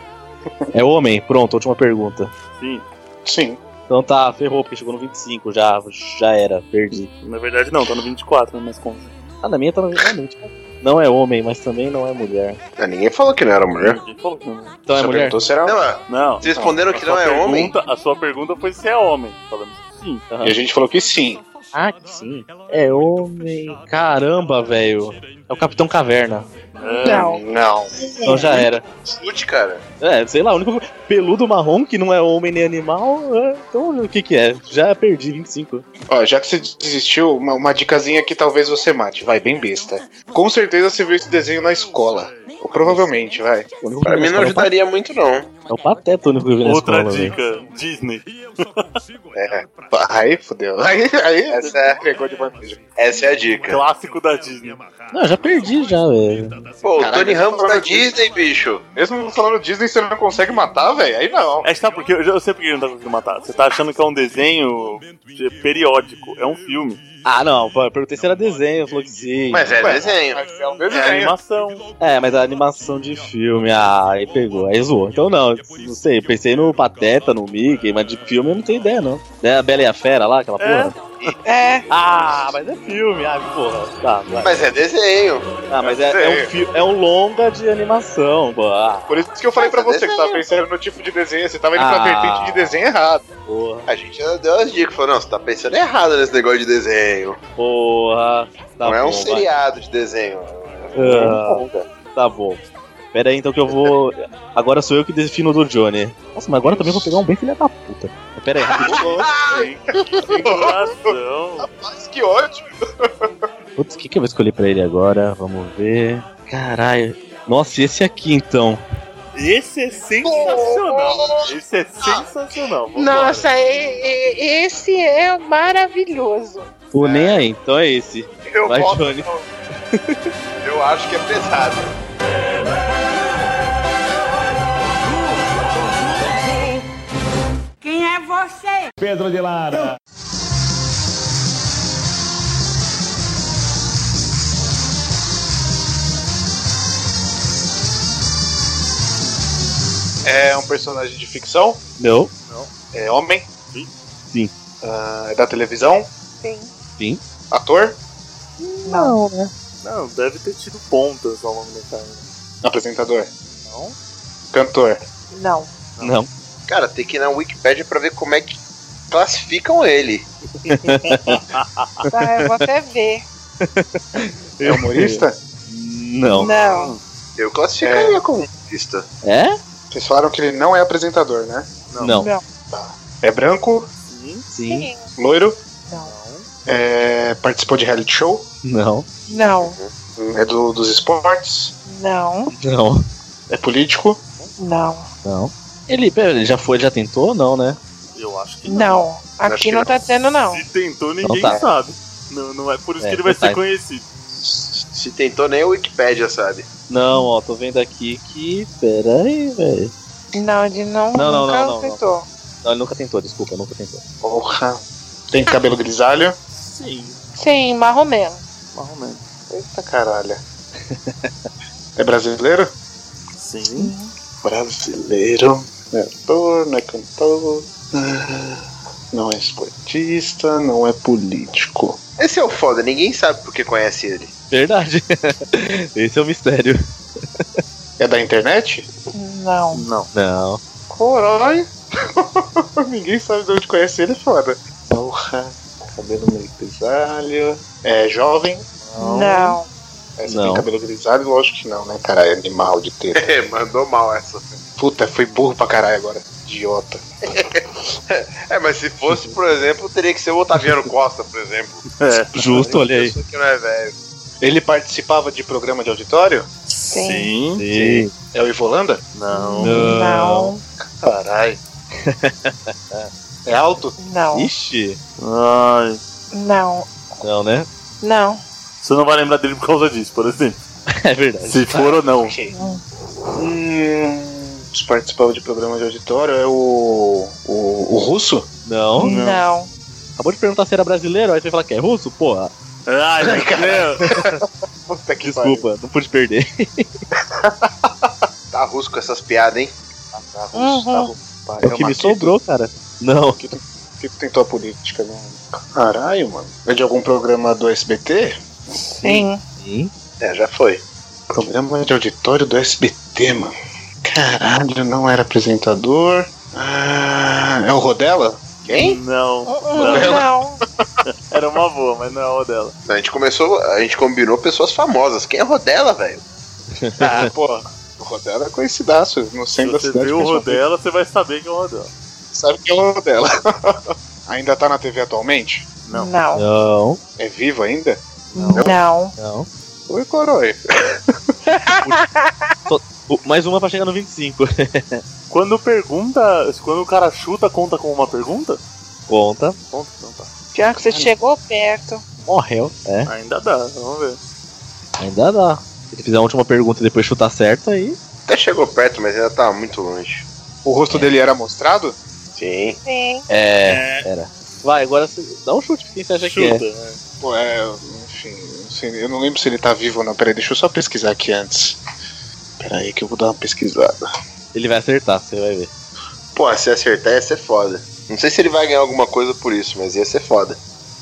É homem? Pronto, última pergunta. Sim. Sim. Então tá, ferrou, porque chegou no 25, já, já era, perdi. Na verdade, não. Tá no 24, mas conta. Ah, na minha tá no 20. Não é homem, mas também não é mulher. Ah, ninguém falou que não era mulher. Ninguém falou que não. Então é Só mulher? perguntou se era Não, é, Não. vocês responderam que A não sua é homem. pergunta- A sua pergunta foi se é homem. Falamos que sim. E a gente falou que sim. Ah, que sim. É homem. Caramba, velho. É o Capitão Caverna. É. Não. Não. Então já era. Chute, cara. É, sei lá, o único peludo marrom que não é homem nem animal, é- então o que que é? Já perdi 25. Ó, já que você desistiu, uma, uma dicasinha que talvez você mate. Vai, bem besta. Com certeza você viu esse desenho na escola. Ou provavelmente, vai. O único que Pra eu mim não vi na escola ajudaria muito, não. É o Pateta o único que eu vi na Outra escola, né? velho. dica, Disney. É. Aí, fodeu. Aí, aí. Essa é, Pegou de bandeja. Então, essa é a dica. Clássico da Disney. Não, já perdi já, velho. Pô, o Caralho, Tony Ramos é tá falando da disso. Disney, bicho. Mesmo falando Disney, você não consegue matar, velho? Aí não. É, sabe porque eu, já- eu sei porque ele não tá conseguindo matar. Você tá achando que é um desenho de- periódico, é um filme. Ah, não, pô, eu perguntei se era desenho, falou que sim. Mas é Ué, desenho. Mas é o É mesmo desenho. animação. É, mas a animação de filme, ah, aí pegou, aí zoou. Então não, não sei, pensei no Pateta, no Mickey, mas de filme eu não tenho ideia, não. É a Bela e a Fera lá, aquela É. porra? É, Ah, mas é filme, ah, porra. Tá, vai. Mas é desenho. Ah, mas é, é um, fi- é um longa de animação, pô. Ah, Por isso que eu falei pra Mas é você que você tava pensando no tipo de desenho, você tava indo pra Ah. vertente de desenho errado. porra, A gente já deu as dicas. Falou, não, você tá pensando errado nesse negócio de desenho. porra. Tá não é um bom, vai. seriado é um de desenho. Ah, tá bom. Pera aí, então que eu vou. Agora sou eu que defino do Johnny. Nossa, mas agora também vou pegar um bem filha da puta. Pera aí, rapidinho. Animação. Mas que ótimo. Putz, o que, que eu vou escolher pra ele agora? Vamos ver. Caralho. Nossa, e esse aqui então? Esse é sensacional. Esse é sensacional. Vambora. nossa, e- e- esse é maravilhoso. Tô nem aí, então é esse. Eu, Vai, boto- Johnny. eu acho que é pesado. Quem é você? Pedro de Lara. É um personagem de ficção? Não. É homem? Sim. Ah, é da televisão? Sim. Sim. Ator? Não, né? Não, deve ter tido pontas ao longo da carreira. Apresentador? Não. Cantor? Não. Não. Cara, tem que ir na Wikipedia pra ver como é que classificam ele. Ah, eu vou até ver. É humorista? Não. Não. Eu É. classificaria como humorista. É? Vocês falaram que ele não é apresentador, né? Não. Não. É branco? Sim. Loiro? Não. É, participou de reality show? Não. Não. Uhum. É do, dos esportes? Não. Não. É político? Não. Não. Ele, pera, ele já foi, ele já tentou? Não, né? Eu acho que Não. Acho Aqui que não não. tá dizendo não. Se tentou, ninguém Então tá. sabe. Não, não é por isso É, que ele vai então ser tá. conhecido. Se tentou, nem a Wikipedia sabe. Não, ó, tô vendo aqui que. Pera aí, velho. Não, ele não, Não, não, nunca não, não, não. tentou. Não, ele nunca tentou, desculpa, nunca tentou. Porra. Tem cabelo grisalho? Sim, Sim, mais ou menos. mais ou menos. Eita caralho. é brasileiro? Sim. Brasileiro. Não é ator, não é cantor. Não é esportista, não é político. Esse é o foda, ninguém sabe porque conhece ele. Verdade. Esse é o mistério. É da internet? Não. Não. Não. Coralho! Ninguém sabe de onde conhece ele, é foda. Porra, cabelo meio grisalho. É jovem? Não. É, você Não. tem cabelo grisalho? Lógico que não, né, cara? É animal de ter. É, mandou mal essa. Puta, fui burro pra caralho agora. Idiota. É, mas se fosse, por exemplo, teria que ser o Otaviano Costa, por exemplo. É. Justo, olha aí. Pessoa que não é velho. Ele participava de programa de auditório? Sim. Sim. É o Ivolanda? Não. Não. Caralho. é alto? Não. Ixi. Ai. Não. Não, né? Não. Você não vai lembrar dele por causa disso, por exemplo. É verdade. Se for ou não. Ok. Hum, participava de programa de auditório é o. O, o russo? Não. Não. Acabou de perguntar se era brasileiro, aí você vai falar que é russo? Porra. Ai, meu Puta que Desculpa, não pude perder. Tá russo com essas piadas, hein? pariu. Ah, Tá russo, tá Uhum. russo, pá. É o que me Maquito? sobrou, cara. Não. que tu tentou a política, né? não? Caralho, mano. É de algum programa do SBT? Sim. Sim. É, já foi. Programa de auditório do SBT, mano. Caralho, não era apresentador. Ah, é o Rodela? Quem? Não. Uhum, Não. Era uma boa, mas não é o dela. A gente começou, a gente combinou pessoas famosas. Quem é Rodela, velho? Ah, porra. O Rodela é conhecidaço, no Se centro da você cidade. vê o mas Rodela, você vai saber que é o Rodela. Sabe que é o Rodela. ainda tá na TV atualmente? Não. Não. Não. É vivo ainda? Não. Não. Oi, Coroi. O- Mais uma pra chegar no 25. Quando pergunta, quando o cara chuta, conta com uma pergunta? Conta. Conta, então tá. Pior que você chegou perto. Morreu. É. Ainda dá, vamos ver. Ainda dá. Se ele fizer a última pergunta e depois chutar certo, aí. Até chegou perto, mas ainda tá muito longe. O rosto dele era mostrado? Sim. Sim. É. Pera. Vai, agora você dá um chute pra quem você acha que é. Chuta. né? Pô, é, enfim, não sei, eu não lembro se ele tá vivo ou não. Peraí, deixa eu só pesquisar aqui antes. Peraí, que eu vou dar uma pesquisada. Ele vai acertar, você vai ver. Pô, se acertar ia ser foda. Não sei se ele vai ganhar alguma coisa por isso, mas ia ser foda.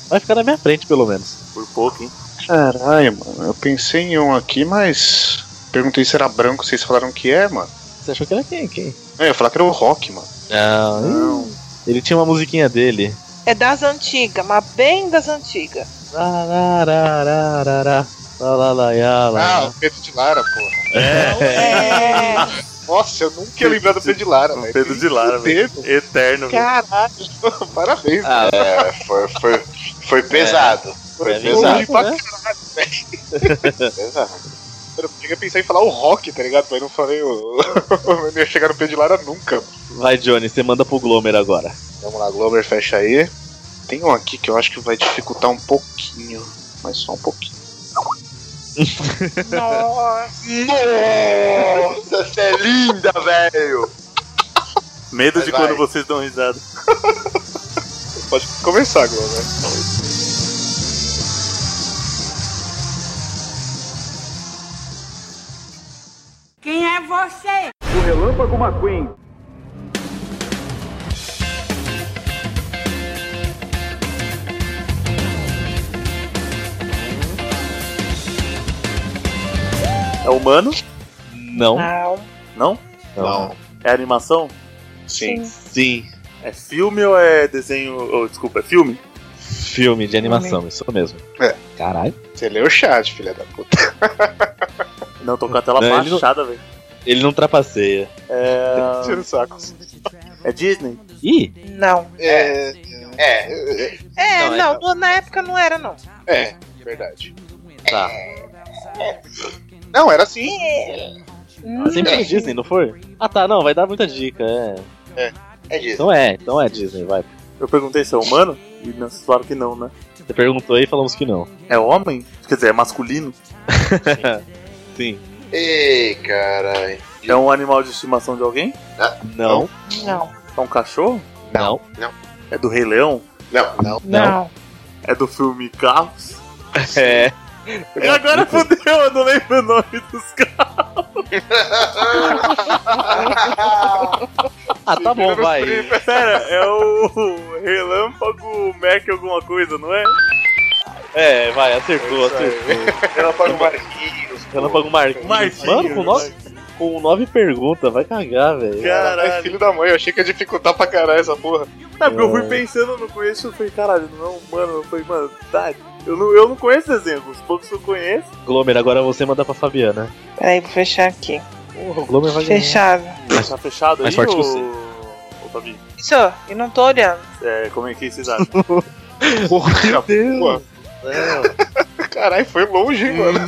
Vai ficar na minha frente, pelo menos. Por pouco, hein? Caralho, mano, eu pensei em um aqui, mas. Perguntei se era branco, vocês falaram que é, mano. Você achou que era quem? Quem? Eu ia falar que era o rock, mano. Não. Ele tinha uma musiquinha dele. É das antigas, mas bem das antigas. Lararararará, lalalaiá, Ah, lá. o Pedro de Lara, porra. É. Nossa, eu nunca ia lembrar do Pedro de Lara, velho. Pedro de Lara, velho. Pedro, Eterno, velho. Caralho, parabéns. É, Ah, É, foi, foi, foi pesado. Foi É, pesado. exato, né? pesado. né? Eu cheguei a pensar em falar o rock, tá ligado? Mas não falei o. eu não ia chegar no Pedro de Lara nunca. Vai, Johnny, você manda pro Glomer agora. Vamos lá, Glover, fecha aí. Tem um aqui que eu acho que vai dificultar um pouquinho, mas só um pouquinho. Nossa. Nossa, você é linda, velho! Medo de Vai, quando vai. vocês dão risada. Pode começar, Glover. Quem é você? do Relâmpago McQueen. É humano? Não. Ah, Não? Não. É animação? Sim. Sim. É filme ou é desenho. ou, desculpa, é filme? Filme de animação, isso mesmo. É. Caralho. Você leu o chat, filha da puta. Não, tô com a tela Não, ele não- baixada, velho. Ele não trapaceia. Ah. É. Tira o saco. É Disney? Ih! Não. É. É. É, Não, é não, na época não era, não. É, verdade. Tá. É. Não, era assim. Sempre foi Disney, não foi? Ah tá, não, vai dar muita dica, é. É. É Disney. Então é, então é Disney, vai. Eu perguntei se é humano e nós falaram que não, né? Você perguntou aí e falamos que não. É homem? Quer dizer, é masculino? Sim. Ei, caralho. É um animal de estimação de alguém? Não. Não. É um cachorro? Não. Não. É do Rei Leão? Não. Não. Não. É do filme Carros? É. E agora fodeu, eu não lembro o nome dos carros. ah, tá bom, vai. Pera, é o Relâmpago Mac alguma coisa, não é? É, vai, acertou, acertou. Relâmpago Marquinhos. Relâmpago Marquinhos. Marquinhos. Mano, com nove, com nove perguntas, vai cagar, velho. Caralho. Filho da mãe, eu achei que ia dificultar pra caralho essa porra. É, porque eu fui pensando no conheço, eu falei, caralho, não é humano. Eu falei, mano, tá. Eu não, eu não conheço desenho, os poucos que eu conheço. Glomer, agora você manda pra Fabiana. Peraí, vou fechar aqui. Porra, o Glomer vai ganhar. Fechado. Tá fechado mais aí, forte que ô- você. ô, Fabi? Isso, eu não tô olhando. É, como é que vocês acham? Meu Deus. Caralho, foi longe, hein, mano.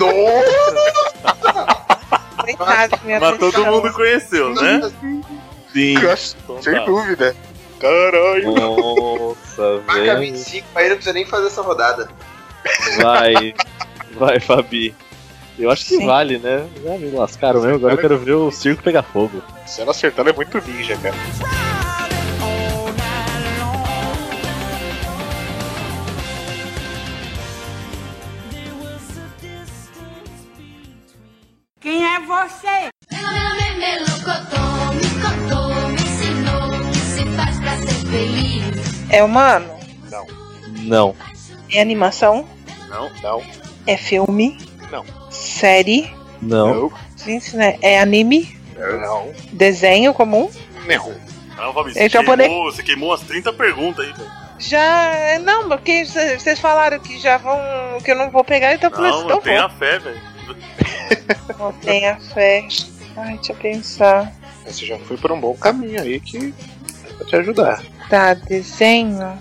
Tem nada que me Mas todo atenção. mundo conheceu, né? Sim. Então Sem tá. dúvida. Caralho. Nossa, Marca velho. 25, aí não precisa nem fazer essa rodada. Vai. Vai, Fabi. Eu acho que Sim. vale, né? Já me lascaram mesmo, agora eu quero ver o circo pegar fogo. Se ela acertar, ela é muito ninja, cara. Quem é você? Melo, melo, melocotão, me contou, me ensinou o que se faz pra ser feliz. É humano? Não. É animação? Não, não, É filme? Não. Série? Não. Gente, né? É anime? não, Desenho comum? não. Não, Fabi, você, Ele já pode- queimou, você queimou as 30 perguntas aí, velho. Já. Não, porque c- vocês falaram que já vão. que eu não vou pegar, então por isso Não, que eu eu tenho vou. a fé, velho. Não tenha fé. Ai, deixa eu pensar. Você já foi por um bom caminho aí que vai te ajudar. Tá, desenho?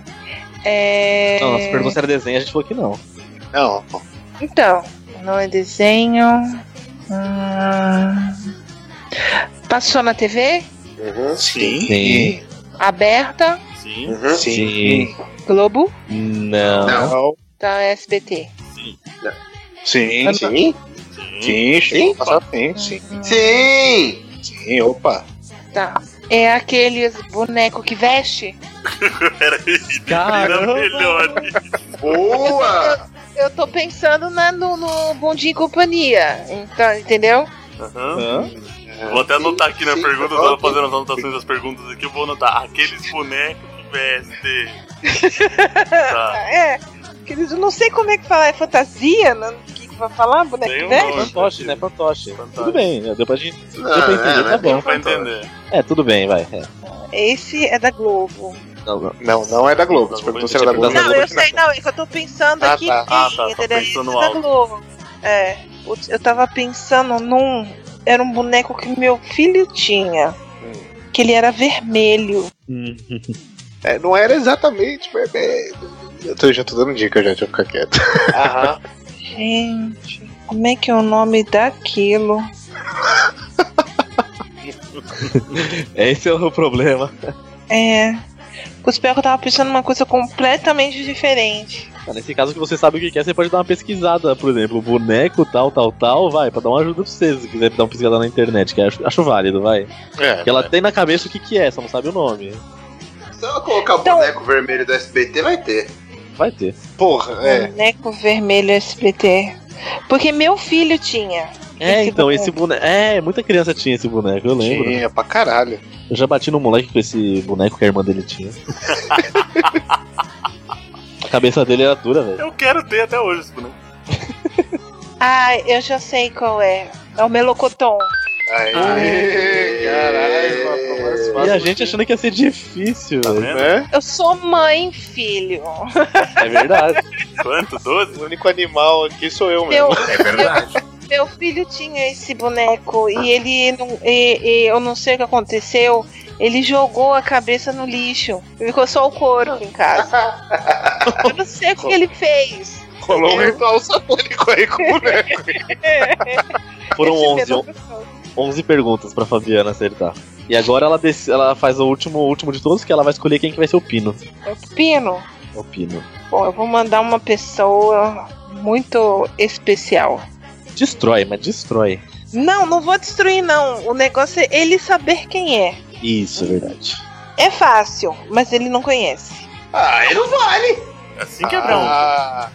É. Não, nossa pergunta era desenho, a gente falou que não. Não, Então, não é desenho. Hum... Passou na TV? Uhum. Sim. Sim. Aberta? Sim. Uhum. Sim. Globo? Não. Não. não. Tá, SBT. Sim, sim. tá- Sim, sim. Passa sim, sim. Sim! Sim, opa. Tá. É aquele boneco que veste? Era Caramba. melhor. Boa! Eu tô pensando na, no, no Bom Dia e Companhia. Então, entendeu? Aham. Hã? Vou até anotar aqui na Sim, pergunta, eu tá tava bom. fazendo as anotações das perguntas aqui, eu vou anotar aqueles bonecos que vestem. Tá. É. Querido, eu não sei como é que fala. É fantasia? Não, o que, que vai falar? Boneco Tem que um veste? nome. Fantoche, né? Fantoche. Fantoche. Tudo bem, né? deu pra gente. Não, deu pra entender, é, tá né? Deu bom. pra entender. É, tudo bem, vai. é. Esse é da Globo. Não, não. Não, não é da Globo. Você perguntou se era da Globo. Não, eu Globo sei, não, é que eu tô pensando Ah, aqui tá. que Ah, tá, tá entendeu? pensando Isso da alto. Globo. É, putz, eu tava pensando num. Era um boneco que meu filho tinha. Que ele era vermelho. Hum. É, não era exatamente. mas- é- Eu tô, já tô dando dica já, deixa eu ficar quieto. Aham. Gente, como é que é o nome daquilo? Esse é o problema. É. Os pior que eu tava pensando numa coisa completamente diferente. Ah, Nesse caso que você sabe o que quer, você pode dar uma pesquisada, por exemplo, boneco tal, tal, tal, vai, pra dar uma ajuda pra você, se quiser dar uma pesquisada na internet, que acho, acho válido, vai. É, Porque ela tem na cabeça o que que é, só não sabe o nome. Se ela colocar o Então- boneco vermelho do SBT, vai ter. Vai ter. um Porra, é. Boneco vermelho SBT. Porque meu filho tinha. É, então, boneco. esse boneco. É, muita criança tinha esse boneco, eu lembro. Tinha, pra caralho. Eu já bati no moleque com esse boneco que a irmã dele tinha. a cabeça dele era dura, velho. Eu quero ter até hoje esse boneco. Ah, eu já sei qual é. É o Melocoton. Aê, E a assim, gente achando que ia ser difícil, Tá velho. Né? Eu sou mãe, filho. É verdade. Quanto? 12? O único animal aqui sou eu Meu, mesmo. é verdade. Meu filho tinha esse boneco e ele não. e- e eu não sei o que aconteceu. Ele jogou a cabeça no lixo. Ficou só o corpo em casa. Eu não sei o que ele fez. Rolou É um ritual satânico aí com o boneco. Foram Esse 11, Melocoton. 11 perguntas pra Fabiana acertar. E agora ela, desce- ela faz o último, o último de todos, que ela vai escolher quem que vai ser o Pino. É o Pino. É o Pino. Bom, eu vou mandar uma pessoa muito especial. Destrói, mas destrói. Não, não vou destruir, não. O negócio é ele saber quem é. Isso, é verdade. É fácil, mas ele não conhece. Ah, ele não vale. Assim que é bom. Ah,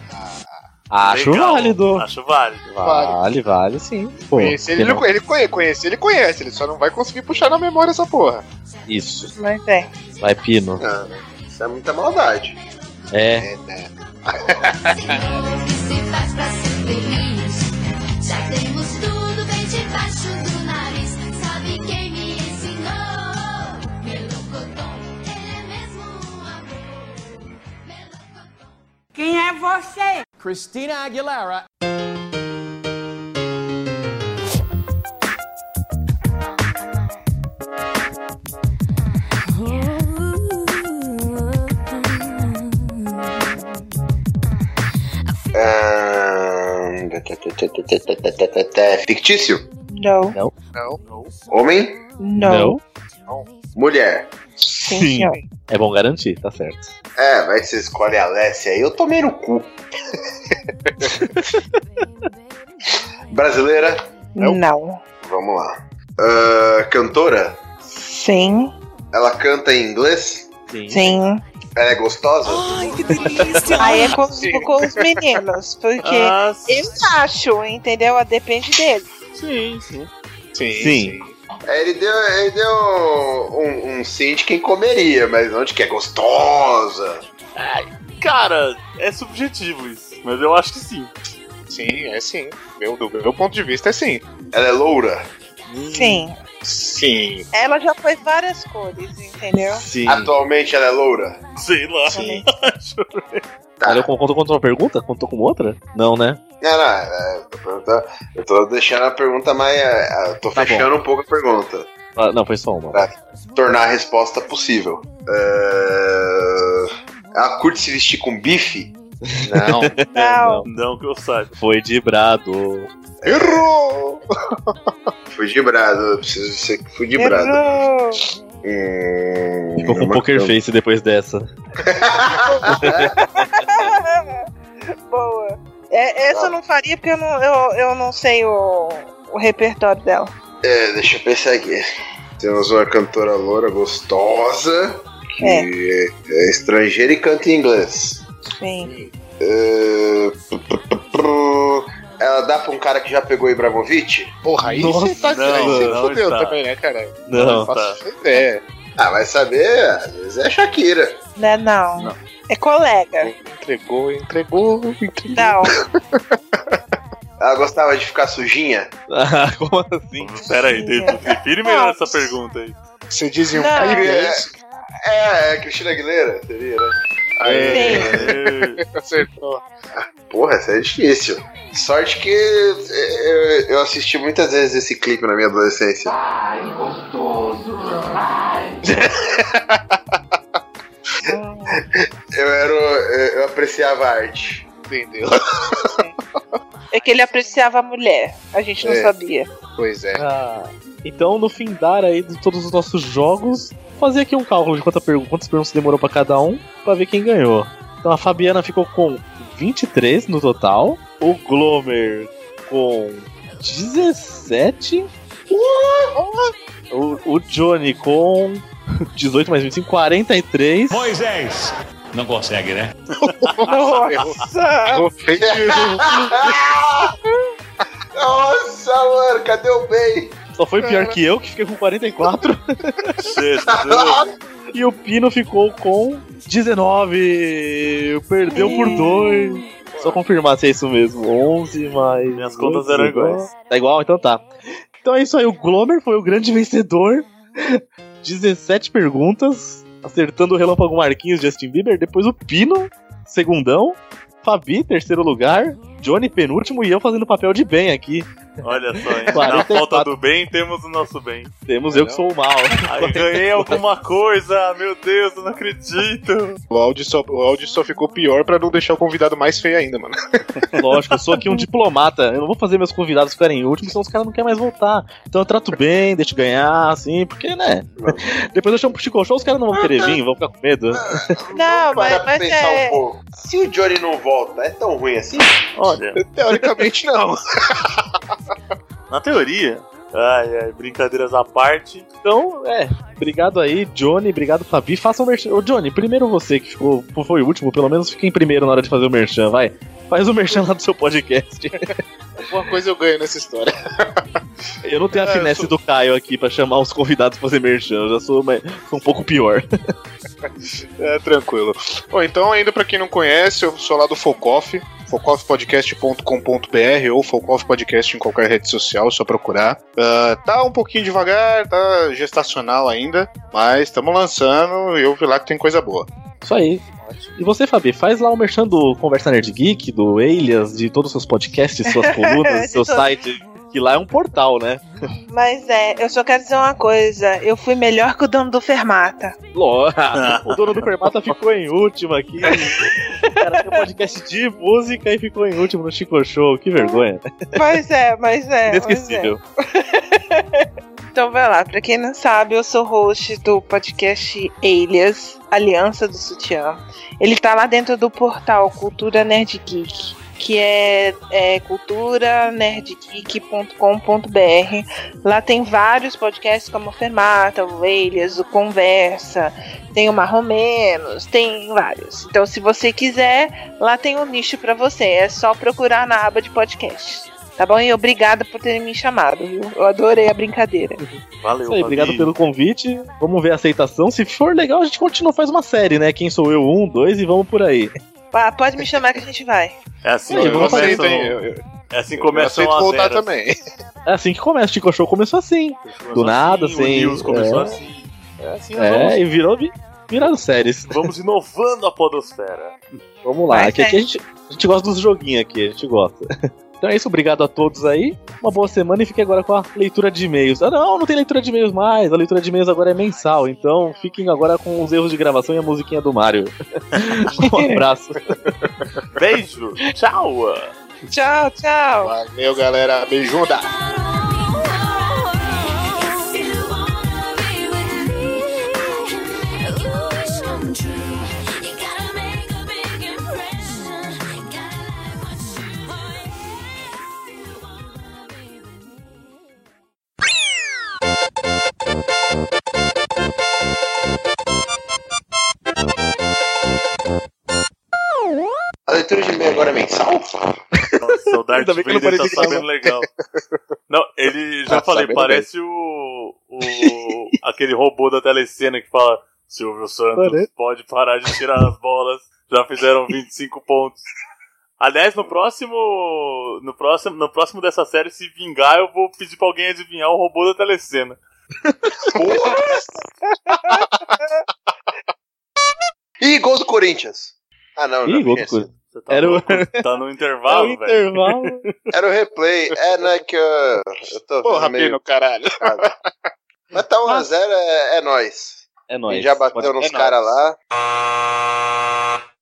Ah, Acho Legal. válido. Acho válido. Vale, vale, sim. Pô, conhece, ele, que não não? conhece, ele conhece, conhece, ele conhece, ele só não vai conseguir puxar na memória essa porra. Isso. Mas é. Vai, Pino. Ah, isso é muita maldade. É. que se faz pra ser feliz. Já temos tudo bem debaixo do nariz. Sabe quem me ensinou? Melocotão, ele é mesmo um amor. Melocotão. Quem é você? Christina Aguilera. Ahn, tê, tê, tê, tê, tê, tê, tê, tê, tê, tê. Ah, Fictício? Não, Não. Homem? não. Mulher? Sim, Sim. senhor. É bom garantir, tá certo. É, vai que você escolhe a Alessia aí, eu tomei no cu. Brasileira? Não. Vamos lá. Ahn, cantora? Sim, Ela canta em inglês? sim. Ela é gostosa? Aí é com, com os meninos, porque Ah, eu acho, entendeu? Ah, Depende dele. sim, sim. Sim. Sim. É, Ele deu, ele deu um, um sim de quem comeria, mas onde que é gostosa? Cara, é subjetivo isso. Mas eu acho que sim. Sim, é sim. Meu, do meu ponto de vista é sim. Ela é loura? Hum, Sim. Sim. Ela já foi várias cores, entendeu? Sim. Atualmente ela é loura? Sei lá. Sim. Olha, eu conto contra uma pergunta? Contou com outra? Não, né? Não, não, é, eu tô perguntando- eu tô deixando a pergunta mais. é, Eu tô Tá fechando um pouco a pergunta. Ah, não, foi só uma. Tá. Tornar a resposta possível. É, Ela curte se vestir com bife? Não. Não. Não que eu saiba. Foi de brado. Errou! Fui de brado, eu preciso ser que fui de brado. Errou. Hum, Ficou com uma- poker face depois dessa. Boa. É, essa eu não faria porque eu não, eu, eu não sei o, o repertório dela. É, deixa eu pensar aqui. Temos uma cantora loura gostosa que É. é, é estrangeira e canta em inglês. Sim. É, pu- pu- pu- pu- Ela dá pra um cara que já pegou Ibrahimovic? Porra, aí Nossa, você tá não, aí você não fudeu está. também, né, cara? Não. Faço ideia. Ah, vai saber, às vezes é Shakira. Não é não. É colega. Entregou, entregou, entregou. Não. Ela gostava de ficar sujinha? Ah, como assim? Pera aí, define melhor essa pergunta aí. Você dizem um Não. cara É, inglês. é, é Cristina Aguilera, seria, né? Aê. Sim. É, Acertou. Porra, essa é difícil. Sorte que é, eu, eu assisti muitas vezes esse clipe na minha adolescência. Eu era. o- Eu apreciava a arte. Entendeu? É que ele apreciava a mulher. A gente não É. sabia. Pois é. Ah, então, no fim dar aí de todos os nossos jogos, fazer aqui um cálculo de quanta pergu- quantas perguntas demorou pra cada um, pra ver quem ganhou. Então a Fabiana ficou com 23 no total, o Glomer com 17, o, o Johnny com 18 mais 25, 43, Moisés. Não consegue, né? Ah, Nossa! é. Nossa, mano, cadê o bem? Só foi pior que eu, que fiquei com 44. Jesus. e o Pino ficou com 19. Perdeu por 2. Só confirmar se é isso mesmo. 11 mais. Minhas contas eram iguais. Tá igual? Então tá. Então é isso aí. O Glomer foi o grande vencedor. 17 perguntas. Acertando o Relâmpago Marquinhos, Justin Bieber. Depois o Pino, segundão. Fabi, terceiro lugar. Johnny, penúltimo. E eu fazendo papel de bem aqui. Olha só, hein? Na 44. falta do bem, temos o nosso bem. Temos eu que sou o mal. Aí ganhei alguma coisa, meu Deus, eu não acredito. O áudio, só, o áudio só ficou pior pra não deixar o convidado mais feio ainda, mano. Lógico, eu sou aqui um diplomata. Eu não vou fazer meus convidados ficarem em último, senão os caras não querem mais voltar. Então eu trato bem, deixo ganhar, assim, porque, né? Depois eu chamo pro Chico Show, os caras não vão querer vir, vão ficar com medo. Não, mas, mas pensar um é. pouco. Se o Johnny não volta, é tão ruim assim? Olha, Teoricamente, não. na teoria. Ai, ai, brincadeiras à parte. Então, é. Obrigado aí, Johnny. Obrigado, Fabi. Faça o merchan. Ô, Johnny, primeiro você que ficou, foi o último, pelo menos fica em primeiro na hora de fazer o merchan, vai. Faz o merchan lá do seu podcast. Alguma coisa eu ganho nessa história. Eu não tenho a finesse do Caio aqui pra chamar os convidados pra fazer merchan. Eu já sou, uma- sou um pouco pior. É, tranquilo. Bom, então, ainda pra quem não conhece, eu sou lá do Focoff, focoffpodcast.com.br ou Focoff Podcast em qualquer rede social, é só procurar. Ah, tá um pouquinho devagar, tá gestacional ainda, mas estamos lançando e eu vi lá que tem coisa boa. Isso aí. E você, Fabi, faz lá o merchan do Conversa Nerd Geek, do Alias, de todos os seus podcasts, suas De colunas, seu todos. site, que lá é um portal, né? Mas é, eu só quero dizer uma coisa. Eu fui melhor que o dono do Fermata. Lógico. O dono do Fermata ficou em último aqui. Cara, tem um podcast de música e ficou em último no Chico Show. Que vergonha. Mas é, mas é. mas Inesquecível. é. Então vai lá. Pra quem não sabe, eu sou host do podcast Alias, Aliança do Sutiã. Ele tá lá dentro do portal Cultura Nerd Geek. Que é, é culturanerdgeek.com.br. Lá tem vários podcasts como o Fermata, o Elias, o Conversa, tem o Marromenos, tem vários. Então, se você quiser, lá tem um nicho pra você. É só procurar na aba de podcast. Tá bom? E obrigada por terem me chamado, viu? Eu adorei a brincadeira. Valeu, Isso aí, obrigado Fabi. pelo convite. Vamos ver a aceitação. Se for legal, a gente continua, faz uma série, né? Quem sou eu? Um, dois e vamos por aí. Ah, pode me chamar que a gente vai. É assim Sim, que vamos fazer, começam. então. Eu- É assim que eu começam aceito as voltar eras. também. É assim que começa. O Chico Show começou assim. Do nada, Assim, o sem. News começou é, assim. É assim, é, vamos, e virou, vi- viraram séries. vamos inovando a podosfera. Vamos lá, Vai, que aqui a vai. gente, a gente gosta dos joguinhos aqui, a gente gosta. Então é isso, obrigado a todos aí. Uma boa semana e fique agora com a leitura de e-mails. Ah, não, não tem leitura de e-mails mais. A leitura de e-mails agora é mensal, então fiquem agora com os erros de gravação e a musiquinha do Mario. um abraço. Beijo, tchau! Tchau, tchau. Valeu, galera. Beijuda. é um é é um A leitura de e-mail agora é mensal? Nossa, o Darth Ainda bem que não Vader tá parei de gravar. sabendo legal. Não, ele, já Tá falei, sabendo parece o, o- aquele robô da telecena que fala Silvio Santos, Parece. pode parar de tirar as bolas, já fizeram 25 pontos. Aliás, no próximo, no próximo, no próximo dessa série, se vingar, eu vou pedir pra alguém adivinhar o robô da telecena. Ih, gol do Corinthians. Ah, não, Ih, já gol vi do esse. Corinthians. Era o... Tá no intervalo, É o velho. intervalo. Era o replay. É, né, que eu, eu tô Porra, vendo meio... Pino, caralho. chocado. Mas tá 1x0, é, é nóis. É A gente nóis. já bateu Pode- nos é caras lá. nóis.